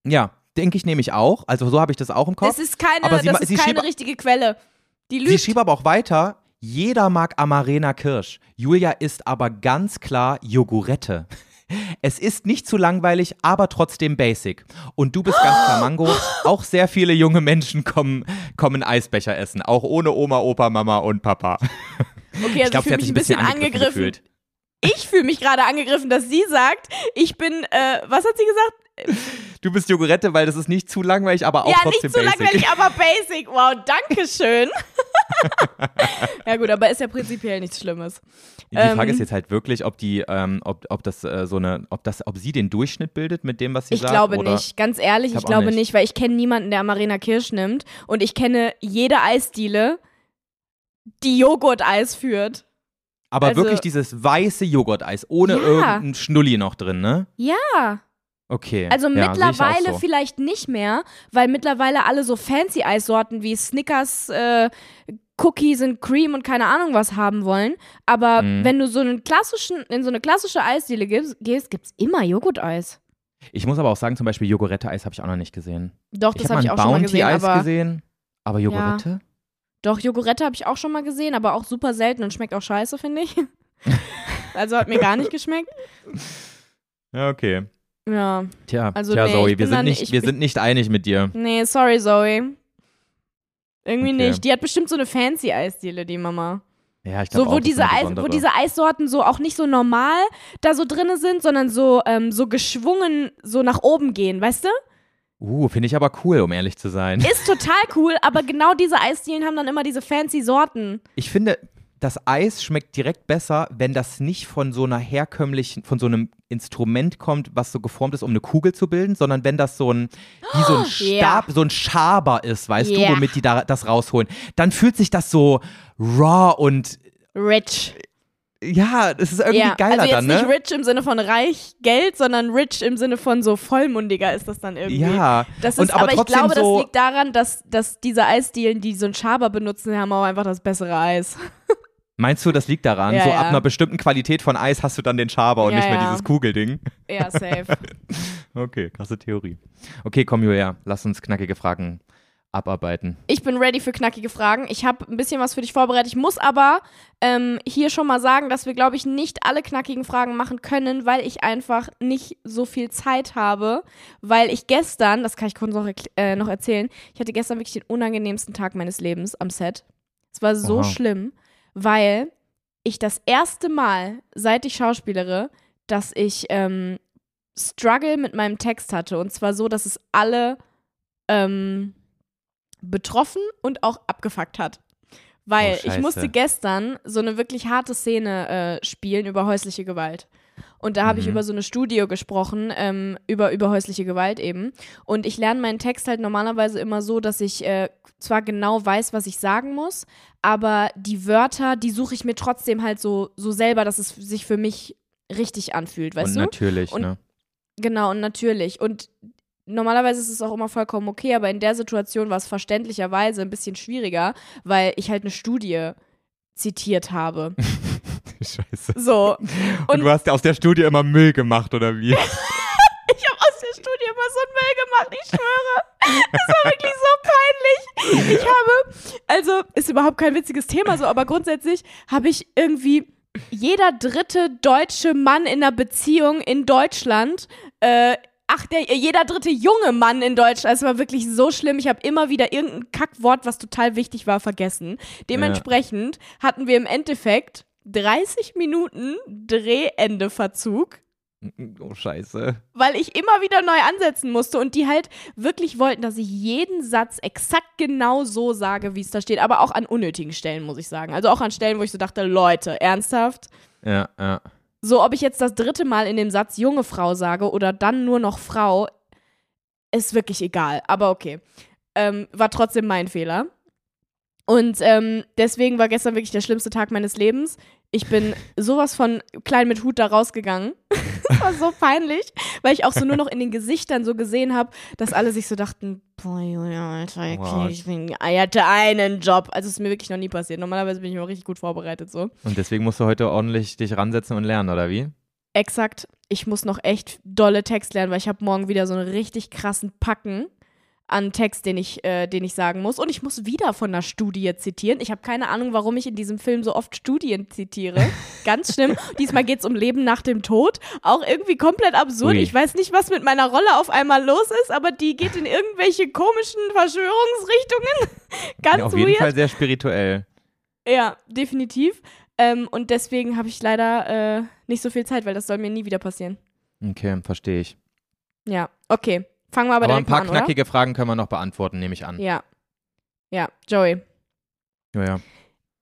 Ja, denke ich nämlich auch, also so habe ich das auch im Kopf. Es ist keine, Aber sie das ma- ist sie keine schrieb- richtige Quelle. Die Sie lügt. schrieb aber auch weiter, jeder mag Amarena Kirsch. Julia ist aber ganz klar Jogurette. Es ist nicht zu langweilig, aber trotzdem basic. Und du bist ganz klar Mango. Auch sehr viele junge Menschen kommen, kommen Eisbecher essen. Auch ohne Oma, Opa, Mama und Papa. okay, also ich glaube, fühl sie mich hat sich ein bisschen angegriffen. gefühlt. Ich fühle mich gerade angegriffen, dass sie sagt, ich bin, äh, was hat sie gesagt? Du bist Jogurette, weil das ist nicht zu langweilig, aber auch ja, nicht trotzdem zu basic. langweilig, aber basic. Wow, danke schön. ja gut, aber ist ja prinzipiell nichts Schlimmes. Die Ähm. Frage ist jetzt halt wirklich, ob die, ähm, ob, ob das äh, so eine, ob das, ob sie den Durchschnitt bildet mit dem, was sie Ich sagt. glaube oder nicht, ganz ehrlich, Ich ich, glaub auch glaube nicht. nicht. weil ich kenne niemanden, der Amarena Kirsch nimmt und ich kenne jede Eisdiele, die Joghurt-Eis führt. Aber Also- wirklich dieses weiße Joghurteis ohne Ja. irgendeinen Schnulli noch drin, ne? Ja. Okay. Also ja, sehe ich auch mittlerweile so. vielleicht nicht mehr, weil mittlerweile alle so fancy Eissorten wie Snickers, äh, Cookies und Cream und keine Ahnung was haben wollen. Aber Mhm. wenn du so einen klassischen, in so eine klassische Eisdiele gibst, gehst, gibt's immer Joghurt-Eis. Ich muss aber auch sagen, zum Beispiel Jogurette-Eis habe ich auch noch nicht gesehen. Doch, ich das habe habe mal ich ein auch schon mal gesehen. Bounty-Eis Aber gesehen, aber Jogurette? Doch, Jogurette habe ich auch schon mal gesehen, aber auch super selten und schmeckt auch scheiße, finde ich. also hat mir gar nicht geschmeckt. Ja, okay. Ja. Tja, Also, tja nee, ich Zoe, wir bin da sind, nicht- nicht, ich wir bin- sind nicht einig mit dir. Nee, sorry, Zoe. Irgendwie Okay. nicht. Die hat bestimmt so eine fancy Eisdiele, die Mama. Ja, ich glaube So, auch, wo das ist diese, eine Eis, wo besondere. diese Eissorten so auch nicht so normal da so drinne sind, sondern so, ähm, so geschwungen so nach oben gehen, weißt du? Uh, finde ich aber cool, um ehrlich zu sein. Ist total cool, aber genau diese Eisdielen haben dann immer diese fancy Sorten. Ich finde, das Eis schmeckt direkt besser, wenn das nicht von so einer herkömmlichen, von so einem Instrument kommt, was so geformt ist, um eine Kugel zu bilden, sondern wenn das so ein, wie so ein Stab, so ein Schaber ist, weißt Oh, Ja. du, womit die da das rausholen, dann fühlt sich das so raw und Rich. ja, es ist irgendwie Ja, geiler also jetzt dann, ne? nicht rich im Sinne von reich Geld, sondern rich im Sinne von so vollmundiger ist das dann irgendwie. ja, Das ist, und aber, ich trotzdem glaube, so, das liegt daran, dass, dass diese Eisdielen, die so einen Schaber benutzen, haben auch einfach das bessere Eis. meinst du, das liegt daran, Ja, so ja. ab einer bestimmten Qualität von Eis hast du dann den Schaber und Ja, nicht mehr ja. dieses Kugelding? Ja, safe. Okay, krasse Theorie. Okay, komm Julia, lass uns knackige Fragen abarbeiten. Ich bin ready für knackige Fragen. Ich habe ein bisschen was für dich vorbereitet. Ich muss aber ähm, hier schon mal sagen, dass wir, glaube ich, nicht alle knackigen Fragen machen können, weil ich einfach nicht so viel Zeit habe. Weil ich gestern, das kann ich kurz noch, erkl- äh, noch erzählen, ich hatte gestern wirklich den unangenehmsten Tag meines Lebens am Set. Es war so Oha. schlimm, weil ich das erste Mal, seit ich schauspielere, dass ich ähm, Struggle mit meinem Text hatte. Und zwar so, dass es alle ähm, betroffen und auch abgefuckt hat. Weil Oh, ich scheiße. musste gestern so eine wirklich harte Szene äh, spielen über häusliche Gewalt. Und da habe ich Mhm. über so eine Studie gesprochen, ähm, über, über häusliche Gewalt eben. Und ich lerne meinen Text halt normalerweise immer so, dass ich äh, zwar genau weiß, was ich sagen muss, aber die Wörter, die suche ich mir trotzdem halt so, so selber, dass es sich für mich richtig anfühlt, weißt und du? natürlich, Und- ne? Genau, und natürlich. Und normalerweise ist es auch immer vollkommen okay, aber in der Situation war es verständlicherweise ein bisschen schwieriger, weil ich halt eine Studie zitiert habe. Scheiße. So. Und, du hast ja aus der Studie immer Müll gemacht, oder wie? Ich habe aus der Studie immer so einen Müll gemacht, ich schwöre. Das war wirklich so peinlich. Ich habe, also ist überhaupt kein witziges Thema so, aber grundsätzlich habe ich irgendwie jeder dritte deutsche Mann in einer Beziehung in Deutschland, äh, ach, der, jeder dritte junge Mann in Deutschland, es war wirklich so schlimm. Ich habe immer wieder irgendein Kackwort, was total wichtig war, vergessen. Dementsprechend hatten wir im Endeffekt 30 Minuten Drehendeverzug oh, scheiße. weil ich immer wieder neu ansetzen musste und die halt wirklich wollten, dass ich jeden Satz exakt genau so sage, wie es da steht, aber auch an unnötigen Stellen, muss ich sagen. Also auch an Stellen, wo ich so dachte, Leute, ernsthaft? Ja, ja. So, ob ich jetzt das dritte Mal in dem Satz junge Frau sage oder dann nur noch Frau, ist wirklich egal. Aber okay. Ähm, war trotzdem mein Fehler. Und ähm, deswegen war gestern wirklich der schlimmste Tag meines Lebens. Ich bin sowas von klein mit Hut da rausgegangen. das war so peinlich, weil ich auch so nur noch in den Gesichtern so gesehen habe, dass alle sich so dachten, boah, Julia, Alter, Wow. ich, bin, ich hatte einen Job. Also es ist mir wirklich noch nie passiert. Normalerweise bin ich immer richtig gut vorbereitet so. Und deswegen musst du heute ordentlich dich ransetzen und lernen, oder wie? Exakt. Ich muss noch echt dolle Text lernen, weil ich habe morgen wieder so einen richtig krassen Packen an Text, den ich, äh, den ich sagen muss. Und ich muss wieder von einer Studie zitieren. Ich habe keine Ahnung, warum ich in diesem Film so oft Studien zitiere. Ganz schlimm. Diesmal geht es um Leben nach dem Tod. Auch irgendwie komplett absurd. Ui. Ich weiß nicht, was mit meiner Rolle auf einmal los ist, aber die geht in irgendwelche komischen Verschwörungsrichtungen. Ganz ja, auf weird. jeden Fall sehr spirituell. Ja, definitiv. Ähm, und deswegen habe ich leider äh, nicht so viel Zeit, weil das soll mir nie wieder passieren. Okay, verstehe ich. Ja, okay. Fangen wir aber, Aber, ein direkt paar mal an, knackige Fragen können wir noch beantworten, nehme ich an. oder? Ja. Ja, Joey. Ja, ja.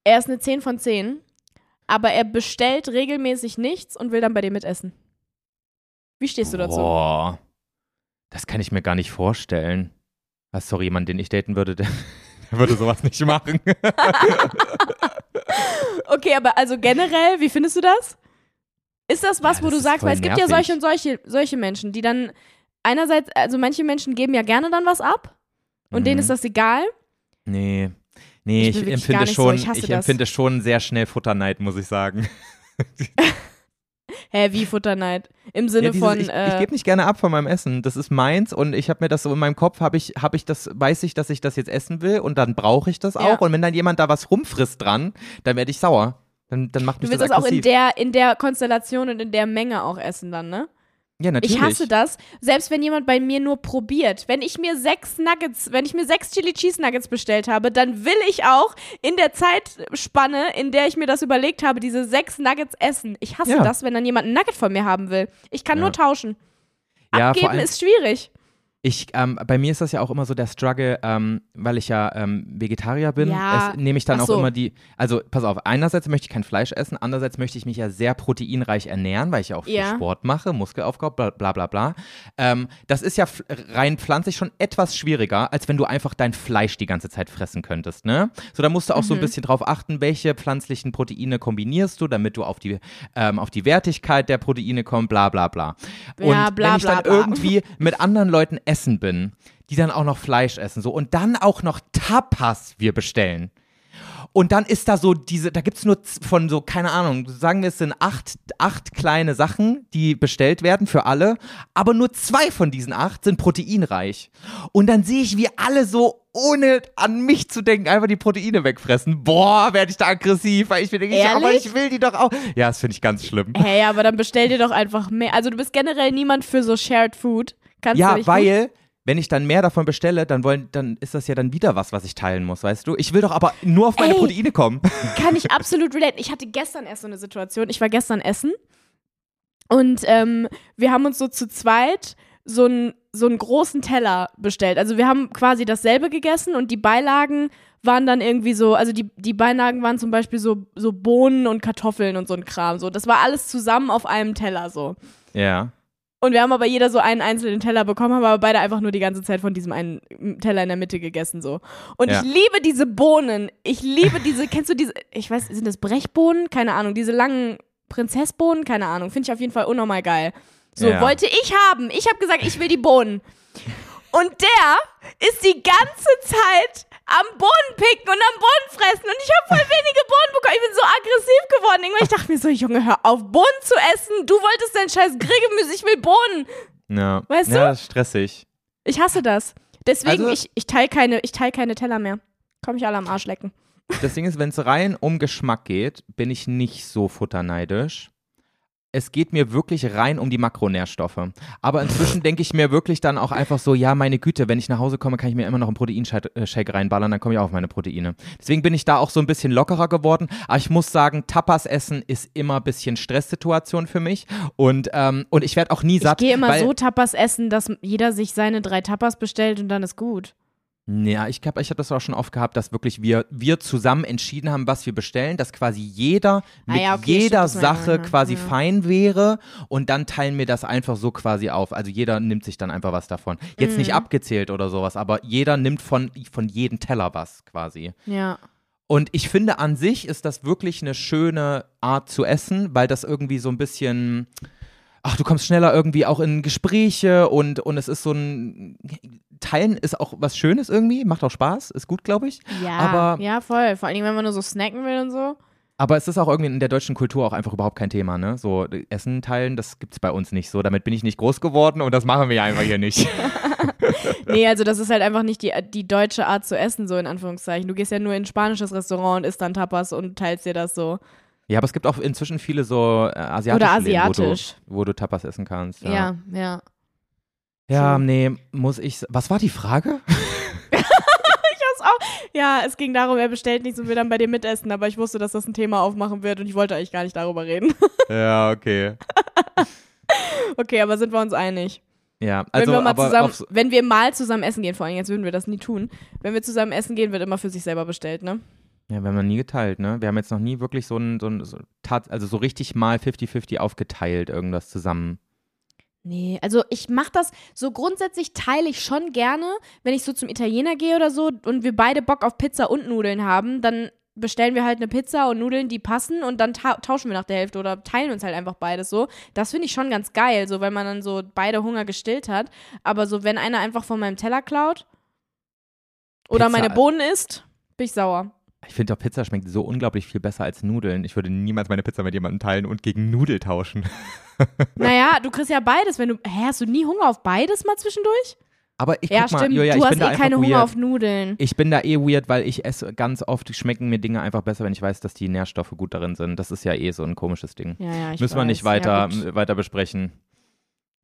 Er ist eine 10 von 10, aber er bestellt regelmäßig nichts und will dann bei dir mitessen. Wie stehst du dazu? Boah, das kann ich mir gar nicht vorstellen. Ah, sorry, jemand, den ich daten würde, der, der würde sowas nicht machen. Okay, aber also generell, wie findest du das? Ist das was, Ja, wo das du ist sagst, voll weil es gibt ja nervig. solche und solche, solche Menschen, die dann einerseits, also manche Menschen geben ja gerne dann was ab und denen Mhm. ist das egal. Nee. Nee, Ich ich, bin wirklich gar empfinde nicht so, schon, ich hasse ich das. empfinde schon sehr schnell Futterneid, muss ich sagen. Hä, wie Futterneid? Im Sinne Ja, dieses, von, ich ich äh, gebe nicht gerne ab von meinem Essen. Das ist meins und ich habe mir das so in meinem Kopf, habe ich, hab ich das, weiß ich, dass ich das jetzt essen will und dann brauche ich das Ja. auch. Und wenn dann jemand da was rumfrisst dran, dann werde ich sauer. Dann, dann macht du mich willst das das auch in aggressiv. der, in der Konstellation und in der Menge auch essen dann, ne? ja, natürlich. Ich hasse das, selbst wenn jemand bei mir nur probiert. Wenn ich mir sechs Nuggets, wenn ich mir sechs Chili Cheese Nuggets bestellt habe, dann will ich auch in der Zeitspanne, in der ich mir das überlegt habe, diese sechs Nuggets essen. Ich hasse Ja. das, wenn dann jemand ein Nugget von mir haben will. Ich kann Ja. nur tauschen. Ja, vor Abgeben allem- ist schwierig. Ich, ähm, bei mir ist das ja auch immer so der Struggle, ähm, weil ich ja ähm, Vegetarier bin, Ja. es- nehme ich dann Ach auch so. immer die, also pass auf, einerseits möchte ich kein Fleisch essen, andererseits möchte ich mich ja sehr proteinreich ernähren, weil ich ja auch viel Ja. Sport mache, Muskelaufbau, bla bla bla bla. Ähm, das ist ja f- rein pflanzlich schon etwas schwieriger, als wenn du einfach dein Fleisch die ganze Zeit fressen könntest, ne? So, da musst du auch Mhm. so ein bisschen drauf achten, welche pflanzlichen Proteine kombinierst du, damit du auf die, ähm, auf die Wertigkeit der Proteine kommst, bla bla bla. Und Ja, bla, wenn ich bla, dann bla. irgendwie mit anderen Leuten essen bin, die dann auch noch Fleisch essen, so und dann auch noch Tapas wir bestellen. Und dann ist da so diese, da gibt es nur z- von so, keine Ahnung, sagen wir es sind acht, acht kleine Sachen, die bestellt werden für alle, aber nur zwei von diesen acht sind proteinreich. Und dann sehe ich, wie alle so, ohne an mich zu denken, einfach die Proteine wegfressen. Boah, werde ich da aggressiv, weil ich mir denke, ich, aber Ehrlich? Äh, ich will die doch auch. Ja, das finde ich ganz schlimm. Hä, ja, aber dann bestell dir doch einfach mehr. Also du bist generell niemand für so Shared Food. Kannst du Ja, nicht gut- weil wenn ich dann mehr davon bestelle, dann wollen, dann ist das ja dann wieder was, was ich teilen muss, weißt du? Ich will doch aber nur auf meine Ey. Proteine kommen. kann ich absolut relate. Ich hatte gestern erst so eine Situation. Ich war gestern essen und ähm, wir haben uns so zu zweit so einen, so einen großen Teller bestellt. Also wir haben quasi dasselbe gegessen und die Beilagen waren dann irgendwie so, also die, die Beilagen waren zum Beispiel so, so Bohnen und Kartoffeln und so ein Kram. So, das war alles zusammen auf einem Teller so. Ja. Und wir haben aber jeder so einen einzelnen Teller bekommen, haben aber beide einfach nur die ganze Zeit von diesem einen Teller in der Mitte gegessen so. Und Ja. ich liebe diese Bohnen. Ich liebe diese, kennst du diese, ich weiß, sind das Brechbohnen? Keine Ahnung, diese langen Prinzessbohnen? Keine Ahnung, finde ich auf jeden Fall unnormal geil. So Ja. wollte ich haben. Ich habe gesagt, ich will die Bohnen. Und der ist die ganze Zeit am Boden picken und am Boden fressen. Und ich habe voll wenige Bohnen bekommen. Ich bin so aggressiv geworden. Irgendwann ich dachte mir so, Junge, hör auf, Bohnen zu essen. Du wolltest dein scheiß Grillgemüse, ich will Bohnen. Ja, Weißt ja das ist stressig. Ich hasse das. Deswegen, Also- ich, ich teile keine, ich teil keine Teller mehr. Komm mich alle am Arsch lecken. Das Ding ist, wenn es rein um Geschmack geht, bin ich nicht so futterneidisch. Es geht mir wirklich rein um die Makronährstoffe. Aber inzwischen denke ich mir wirklich dann auch einfach so, ja, meine Güte, wenn ich nach Hause komme, kann ich mir immer noch einen Proteinshake äh, reinballern, dann komme ich auch auf meine Proteine. Deswegen bin ich da auch so ein bisschen lockerer geworden. Aber ich muss sagen, Tapas essen ist immer ein bisschen Stresssituation für mich. Und, ähm, und ich werde auch nie Ich satt. gehe immer weil, so Tapas essen, dass jeder sich seine drei Tapas bestellt und dann ist gut. Ja, ich glaube, ich habe das auch schon oft gehabt, dass wirklich wir, wir zusammen entschieden haben, was wir bestellen, dass quasi jeder Ah mit ja, okay, jeder stimmt, das war ja, Sache ne? quasi Ja. fein wäre und dann teilen wir das einfach so quasi auf. Also jeder nimmt sich dann einfach was davon. Jetzt nicht Mhm. abgezählt oder sowas, aber jeder nimmt von, von jedem Teller was quasi. Ja. Und ich finde, an sich ist das wirklich eine schöne Art zu essen, weil das irgendwie so ein bisschen. Ach, du kommst schneller irgendwie auch in Gespräche und, und es ist so ein. Teilen ist auch was Schönes irgendwie, macht auch Spaß, ist gut, glaube ich. Ja, Aber- ja, voll. Vor allem, wenn man nur so snacken will und so. Aber es ist auch irgendwie in der deutschen Kultur auch einfach überhaupt kein Thema, ne? So äh, Essen teilen, das gibt's bei uns nicht so. Damit bin ich nicht groß geworden und das machen wir einfach hier nicht. Nee, also das ist halt einfach nicht die, die deutsche Art zu essen, so in Anführungszeichen. Du gehst ja nur in ein spanisches Restaurant und isst dann Tapas und teilst dir das so. ja, aber es gibt auch inzwischen viele so äh, asiatische Oder Läden, asiatisch. wo, du, wo du Tapas essen kannst. Ja, Ja. ja. ja. ja, nee, muss ich. s- Was war die Frage? es ging darum, er bestellt nichts und will dann bei dir mitessen, aber ich wusste, dass das ein Thema aufmachen wird und ich wollte eigentlich gar nicht darüber reden. ja, okay. Okay, aber sind wir uns einig. Ja, Wenn, also wir mal aber zusammen, aufs- wenn wir mal zusammen essen gehen, vor allem jetzt würden wir das nie tun. Wenn wir zusammen essen gehen, wird immer für sich selber bestellt, ne? ja, wir haben noch nie geteilt, ne? Wir haben jetzt noch nie wirklich so ein, so ein so, tat, also so richtig mal 50-50 aufgeteilt irgendwas zusammen. Nee, also ich mache das so grundsätzlich teile ich schon gerne, wenn ich so zum Italiener gehe oder so und wir beide Bock auf Pizza und Nudeln haben, dann bestellen wir halt eine Pizza und Nudeln, die passen und dann ta tauschen wir nach der Hälfte oder teilen uns halt einfach beides so. Das finde ich schon ganz geil, so weil man dann so beide Hunger gestillt hat, aber so wenn einer einfach von meinem Teller klaut oder Pizza- meine Bohnen isst, bin ich sauer. Ich finde doch Pizza schmeckt so unglaublich viel besser als Nudeln. Ich würde niemals meine Pizza mit jemandem teilen und gegen Nudel tauschen. Naja, du kriegst ja beides, wenn du hä, hast du nie Hunger auf beides mal zwischendurch? Aber ich guck Ja, stimmt, mal, Julia, du ich hast bin da eh einfach keine weird. Hunger auf Nudeln. ich bin da eh weird, weil ich esse ganz oft, schmecken mir Dinge einfach besser, wenn ich weiß, dass die Nährstoffe gut darin sind. Das ist ja eh so ein komisches Ding. Ja, ja, ich Müssen wir weiß. nicht weiter, Ja, gut. m- äh, weiter besprechen.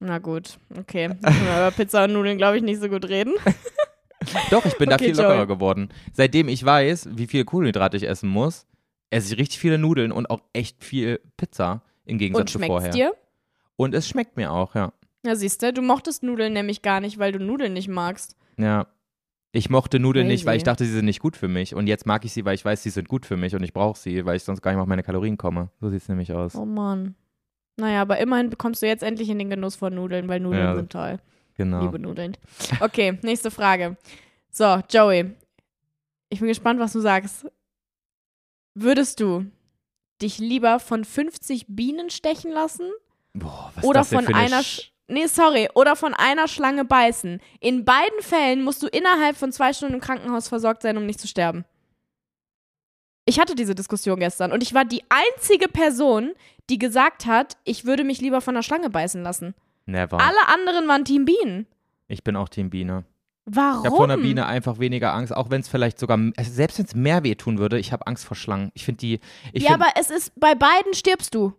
Na gut, okay. Können wir über Pizza und Nudeln, glaube ich, nicht so gut reden. Doch, ich bin da Okay, viel lockerer Joel. geworden. Seitdem ich weiß, wie viel Kohlenhydrate ich essen muss, esse ich richtig viele Nudeln und auch echt viel Pizza im Gegensatz und zu schmeckt's vorher. dir? Und es schmeckt mir auch, ja. Ja, siehst du, du mochtest Nudeln nämlich gar nicht, weil du Nudeln nicht magst. Ja. Ich mochte Nudeln nicht, weil Crazy. ich dachte, sie sind nicht gut für mich. Und jetzt mag ich sie, weil ich weiß, sie sind gut für mich und ich brauche sie, weil ich sonst gar nicht mehr auf meine Kalorien komme. So sieht es nämlich aus. Oh Mann. Naja, aber immerhin bekommst du jetzt endlich in den Genuss von Nudeln, weil Nudeln Ja. sind toll. Genau. Liebe Nudeln. Okay, nächste Frage. So, Joey. Ich bin gespannt, was du sagst. Würdest du dich lieber von 50 Bienen stechen lassen Boah, was Oder ist das denn von für eine einer Sch Nee, sorry. Oder von einer Schlange beißen. In beiden Fällen musst du innerhalb von zwei Stunden im Krankenhaus versorgt sein, um nicht zu sterben. Ich hatte diese Diskussion gestern und ich war die einzige Person, die gesagt hat, ich würde mich lieber von einer Schlange beißen lassen. Never. Alle anderen waren Team Bienen. Ich bin auch Team Biene. Warum? Ich habe vor einer Biene einfach weniger Angst, auch wenn es vielleicht sogar, m- also selbst wenn es mehr wehtun würde, ich habe Angst vor Schlangen. Ich finde die, ich ja, find, aber es ist, bei beiden stirbst du.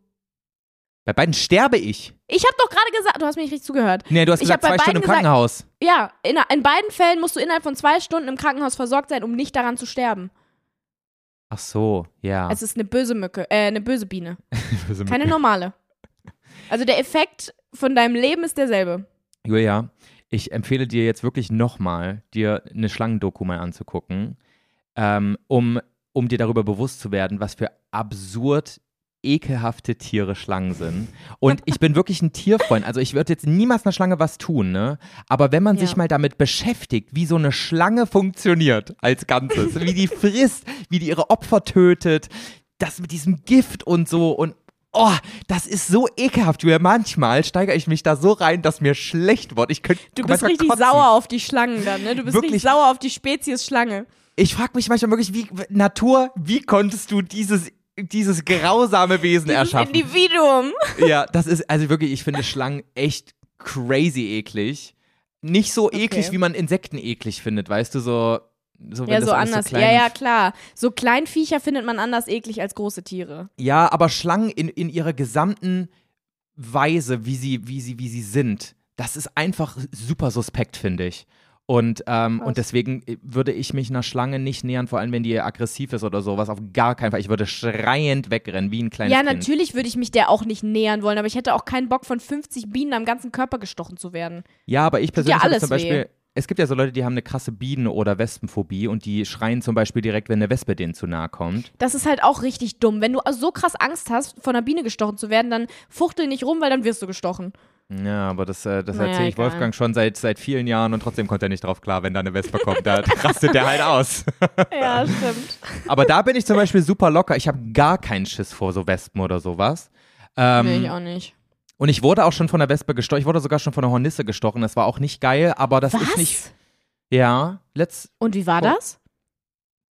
bei beiden sterbe ich. Ich habe doch gerade gesagt, du hast mir nicht richtig zugehört. Nee, du hast Ich gesagt, hab zwei bei Stunden beiden im gesagt- Krankenhaus. Ja, in, in beiden Fällen musst du innerhalb von zwei Stunden im Krankenhaus versorgt sein, um nicht daran zu sterben. Ach so, ja. Es ist eine böse Mücke, äh, eine böse Biene. Keine normale. Also der Effekt von deinem Leben ist derselbe. Julia, ich empfehle dir jetzt wirklich nochmal, dir eine Schlangendoku mal anzugucken, ähm, um, um dir darüber bewusst zu werden, was für absurd ekelhafte Tiere Schlangen sind. Und ich bin wirklich ein Tierfreund. Also ich würde jetzt niemals einer Schlange was tun, ne? Aber wenn man Ja. sich mal damit beschäftigt, wie so eine Schlange funktioniert als Ganzes, wie die frisst, wie die ihre Opfer tötet, das mit diesem Gift und so und Oh, das ist so ekelhaft, Julia. Manchmal steigere ich mich da so rein, dass mir schlecht wird. Ich könnte Du bist richtig sauer auf die Schlangen dann, ne? Du bist Wirklich. richtig sauer auf die Spezies Schlange. Ich frage mich manchmal wirklich, wie Natur, wie konntest du dieses dieses grausame Wesen Dieses erschaffen? Individuum. Ja, das ist, also wirklich, ich finde Schlangen echt crazy eklig. Nicht so eklig, wie man Insekten eklig findet, weißt du, so, so wenn Ja, das so alles anders. So ja, klein, ja, klar. So Kleinviecher findet man anders eklig als große Tiere. Ja, aber Schlangen in, in ihrer gesamten Weise, wie sie, wie sie, wie sie sind, das ist einfach super suspekt, finde ich. Und, ähm, und deswegen würde ich mich einer Schlange nicht nähern, vor allem wenn die aggressiv ist oder sowas. Auf gar keinen Fall. Ich würde schreiend wegrennen, wie ein kleines ja, Kind. natürlich würde ich mich der auch nicht nähern wollen, aber ich hätte auch keinen Bock, von 50 Bienen am ganzen Körper gestochen zu werden. Ja, aber ich Tut persönlich ja habe alles zum Beispiel. Es gibt ja so Leute, die haben eine krasse Bienen- oder Wespenphobie und die schreien zum Beispiel direkt, wenn eine Wespe denen zu nahe kommt. Das ist halt auch richtig dumm. Wenn du so krass Angst hast, von einer Biene gestochen zu werden, dann fuchtel nicht rum, weil dann wirst du gestochen. Ja, aber das, äh, das Naja, erzähle ich egal. Wolfgang schon seit, seit vielen Jahren und trotzdem kommt er nicht drauf klar, wenn da eine Wespe kommt. Da rastet der halt aus. Ja, stimmt. Aber da bin ich zum Beispiel super locker. Ich habe gar keinen Schiss vor so Wespen oder sowas. Ähm, nee, ich auch nicht. Und ich wurde auch schon von einer Wespe gestochen. Ich wurde sogar schon von einer Hornisse gestochen. Das war auch nicht geil, aber das ist Was? nicht. Ja, let's, Und wie war Oh. das?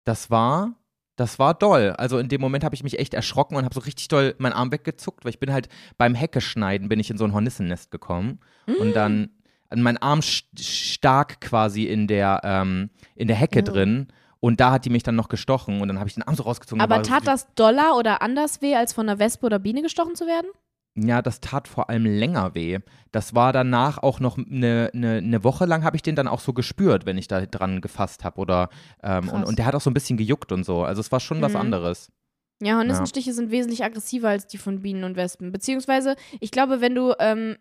das war. Das war doll. Also in dem Moment habe ich mich echt erschrocken und habe so richtig doll meinen Arm weggezuckt, weil ich bin halt beim Heckeschneiden bin ich in so ein Hornissennest gekommen und Mm. dann mein Arm st stark quasi in der ähm, in der Hecke Oh. drin und da hat die mich dann noch gestochen und dann habe ich den Arm so rausgezogen. und Aber war so- tat das doller oder anders weh, als von einer Wespe oder Biene gestochen zu werden? Ja, das tat vor allem länger weh. Das war danach auch noch eine ne, ne Woche lang habe ich den dann auch so gespürt, wenn ich da dran gefasst habe oder ähm, und, Krass. und der hat auch so ein bisschen gejuckt und so. Also es war schon was Mhm. anderes. Ja, Hornissenstiche sind wesentlich aggressiver als die von Bienen und Wespen. Beziehungsweise, ich glaube, wenn du, ähm,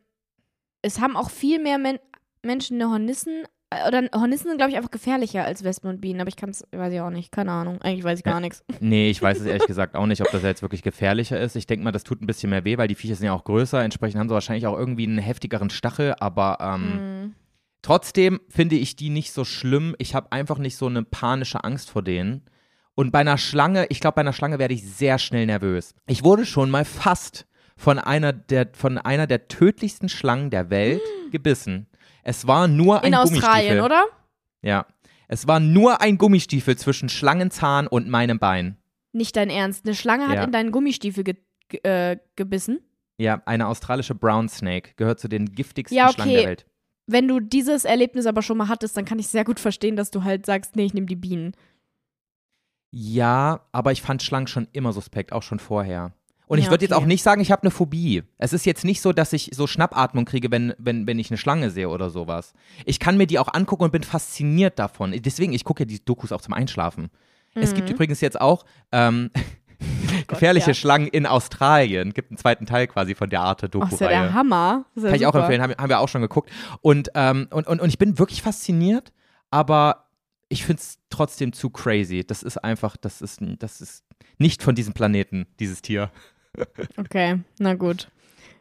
es haben auch viel mehr Men Menschen eine Hornissen, äh, oder Hornissen sind, glaube ich, einfach gefährlicher als Wespen und Bienen, aber ich kann es, weiß ich auch nicht, keine Ahnung, eigentlich weiß ich gar nichts. Nee, ich weiß es ehrlich gesagt auch nicht, ob das jetzt wirklich gefährlicher ist. Ich denke mal, das tut ein bisschen mehr weh, weil die Viecher sind ja auch größer. Entsprechend haben sie wahrscheinlich auch irgendwie einen heftigeren Stachel, aber ähm, Mhm. Trotzdem finde ich die nicht so schlimm. Ich habe einfach nicht so eine panische Angst vor denen. Und bei einer Schlange, ich glaube, bei einer Schlange werde ich sehr schnell nervös. Ich wurde schon mal fast von einer der, von einer der tödlichsten Schlangen der Welt gebissen. Es war nur In ein Gummistiefel. Australien, oder? Ja. Es war nur ein Gummistiefel zwischen Schlangenzahn und meinem Bein. Nicht dein Ernst. Eine Schlange hat Ja. in deinen Gummistiefel ge ge äh, gebissen. Ja, eine australische Brown Snake gehört zu den giftigsten Ja, okay. Schlangen der Welt. Wenn du dieses Erlebnis aber schon mal hattest, dann kann ich sehr gut verstehen, dass du halt sagst, nee, ich nehme die Bienen. Ja, aber ich fand Schlangen schon immer suspekt, auch schon vorher. Und ich Ja, würde jetzt okay. auch nicht sagen, ich habe eine Phobie. Es ist jetzt nicht so, dass ich so Schnappatmung kriege, wenn, wenn, wenn ich eine Schlange sehe oder sowas. Ich kann mir die auch angucken und bin fasziniert davon. Deswegen, ich gucke ja die Dokus auch zum Einschlafen. Es gibt übrigens jetzt auch ähm, gefährliche Hm. Mhm. Oh ja. Schlangen in Australien. Gibt einen zweiten Teil quasi von der Oh, Arte-Doku-Reihe. ist ja der Hammer. Ist ja Kann ich auch super. empfehlen, haben, haben wir auch schon geguckt. Und, ähm, und, und, und ich bin wirklich fasziniert, aber ich finde es trotzdem zu crazy. Das ist einfach, das ist, das ist nicht von diesem Planeten, dieses Tier. Okay, na gut.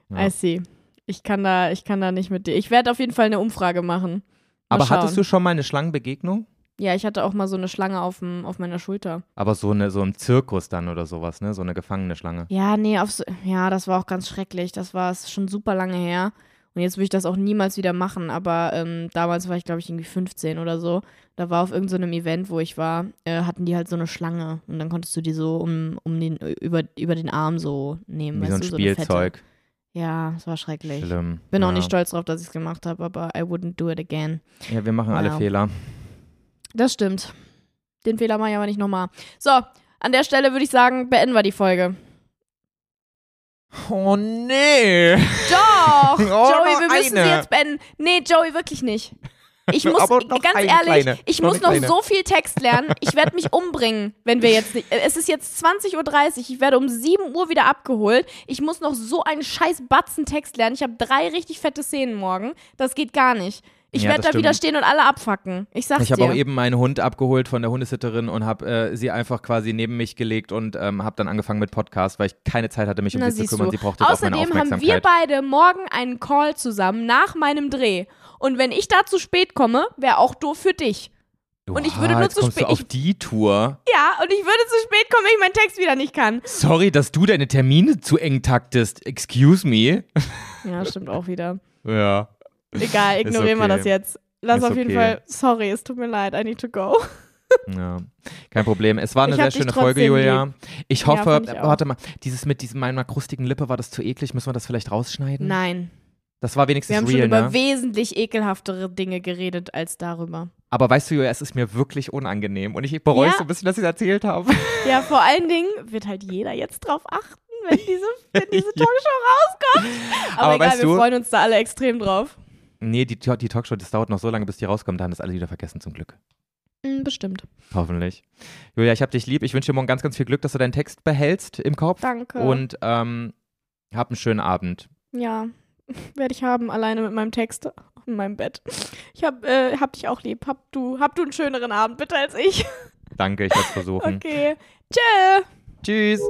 Ja. I see. Ich kann da, ich kann da nicht mit dir. Ich werde auf jeden Fall eine Umfrage machen. Mal Aber schauen. hattest du schon mal eine Schlangenbegegnung? Ja, ich hatte auch mal so eine Schlange auf, dem, auf meiner Schulter. Aber so, eine, so im Zirkus dann oder sowas, ne? So eine gefangene Schlange. Ja, nee, auf so, ja, das war auch ganz schrecklich. Das war es schon super lange her. Und jetzt würde ich das auch niemals wieder machen. Aber ähm, damals war ich, glaube ich, irgendwie 15 oder so. Da war auf irgendeinem Event, wo ich war, äh, hatten die halt so eine Schlange. Und dann konntest du die so um, um den, über, über den Arm so nehmen. Wie so ein weißt du, eine fette. Spielzeug. ja, es war schrecklich. Schlimm. Bin ja. auch nicht stolz drauf, dass ich es gemacht habe, aber I wouldn't do it again. Ja, wir machen alle Ja. Fehler. Das stimmt. Den Fehler mache ich aber nicht nochmal. So, an der Stelle würde ich sagen, beenden wir die Folge. Oh nee. Doch! Oh, Joey, wir noch müssen eine. sie jetzt beenden. Nee, Joey, wirklich nicht. Ich muss, Aber noch ganz eine ehrlich, kleine, ich noch muss eine noch kleine. so viel Text lernen. Ich werde mich umbringen, wenn wir jetzt nicht. Es ist jetzt 20.30 Uhr, ich werde um 7 Uhr wieder abgeholt. Ich muss noch so einen scheiß Batzen Text lernen. Ich habe drei richtig fette Szenen morgen. Das geht gar nicht. Ich Ja, werde da das wieder stimmt. stehen und alle abfacken. Ich sag's Ich habe dir. auch eben meinen Hund abgeholt von der Hundesitterin und habe äh, sie einfach quasi neben mich gelegt und ähm, habe dann angefangen mit Podcast, weil ich keine Zeit hatte, mich um Na, sie zu siehst kümmern. du. Sie brauchte jetzt auch meine Außerdem haben wir Aufmerksamkeit. beide morgen einen Call zusammen nach meinem Dreh. Und wenn ich da zu spät komme, wäre auch doof für dich. und ich würde Oha, nur jetzt zu kommst spät- Du auf ich- die Tour. Ja, und ich würde zu spät kommen, wenn ich meinen Text wieder nicht kann. Sorry, dass du deine Termine zu eng taktest. Excuse me. Ja, stimmt auch wieder. Ja. Egal, ignorieren wir okay. das jetzt. Lass Ist auf jeden okay. Hm. Fall. Sorry, es tut mir leid. I need to go. Ja, kein Problem. Es war eine Ich sehr hab dich schöne Folge, trotzdem Julia. Ich Ja, hoffe, find ich auch. warte mal, dieses mit diesem meiner krustigen Lippe, war das zu eklig? Müssen wir das vielleicht rausschneiden? Nein. Das war wenigstens Wir haben schon real, über ne? wesentlich ekelhaftere Dinge geredet als darüber. Aber weißt du, Julia, es ist mir wirklich unangenehm und ich bereue es Ja. so ein bisschen, dass ich es erzählt habe. Ja, vor allen Dingen wird halt jeder jetzt drauf achten, wenn diese, wenn diese Talkshow rauskommt. Aber, Aber egal, weißt wir du- freuen uns da alle extrem drauf. Nee, die, die Talkshow, das dauert noch so lange, bis die rauskommt. Da haben das alle wieder vergessen, zum Glück. Mm, Bestimmt. Hoffentlich. Julia, ich hab dich lieb. Ich wünsche dir morgen ganz, ganz viel Glück, dass du deinen Text behältst im Kopf. Danke. Und ähm, hab einen schönen Abend. ja, werde ich haben, alleine mit meinem Text in meinem Bett. Ich hab, äh, hab dich auch lieb. Hab du, hab du einen schöneren Abend bitte als ich. Hm. Danke, ich werde versuchen. Okay. Tschö. Tschüss.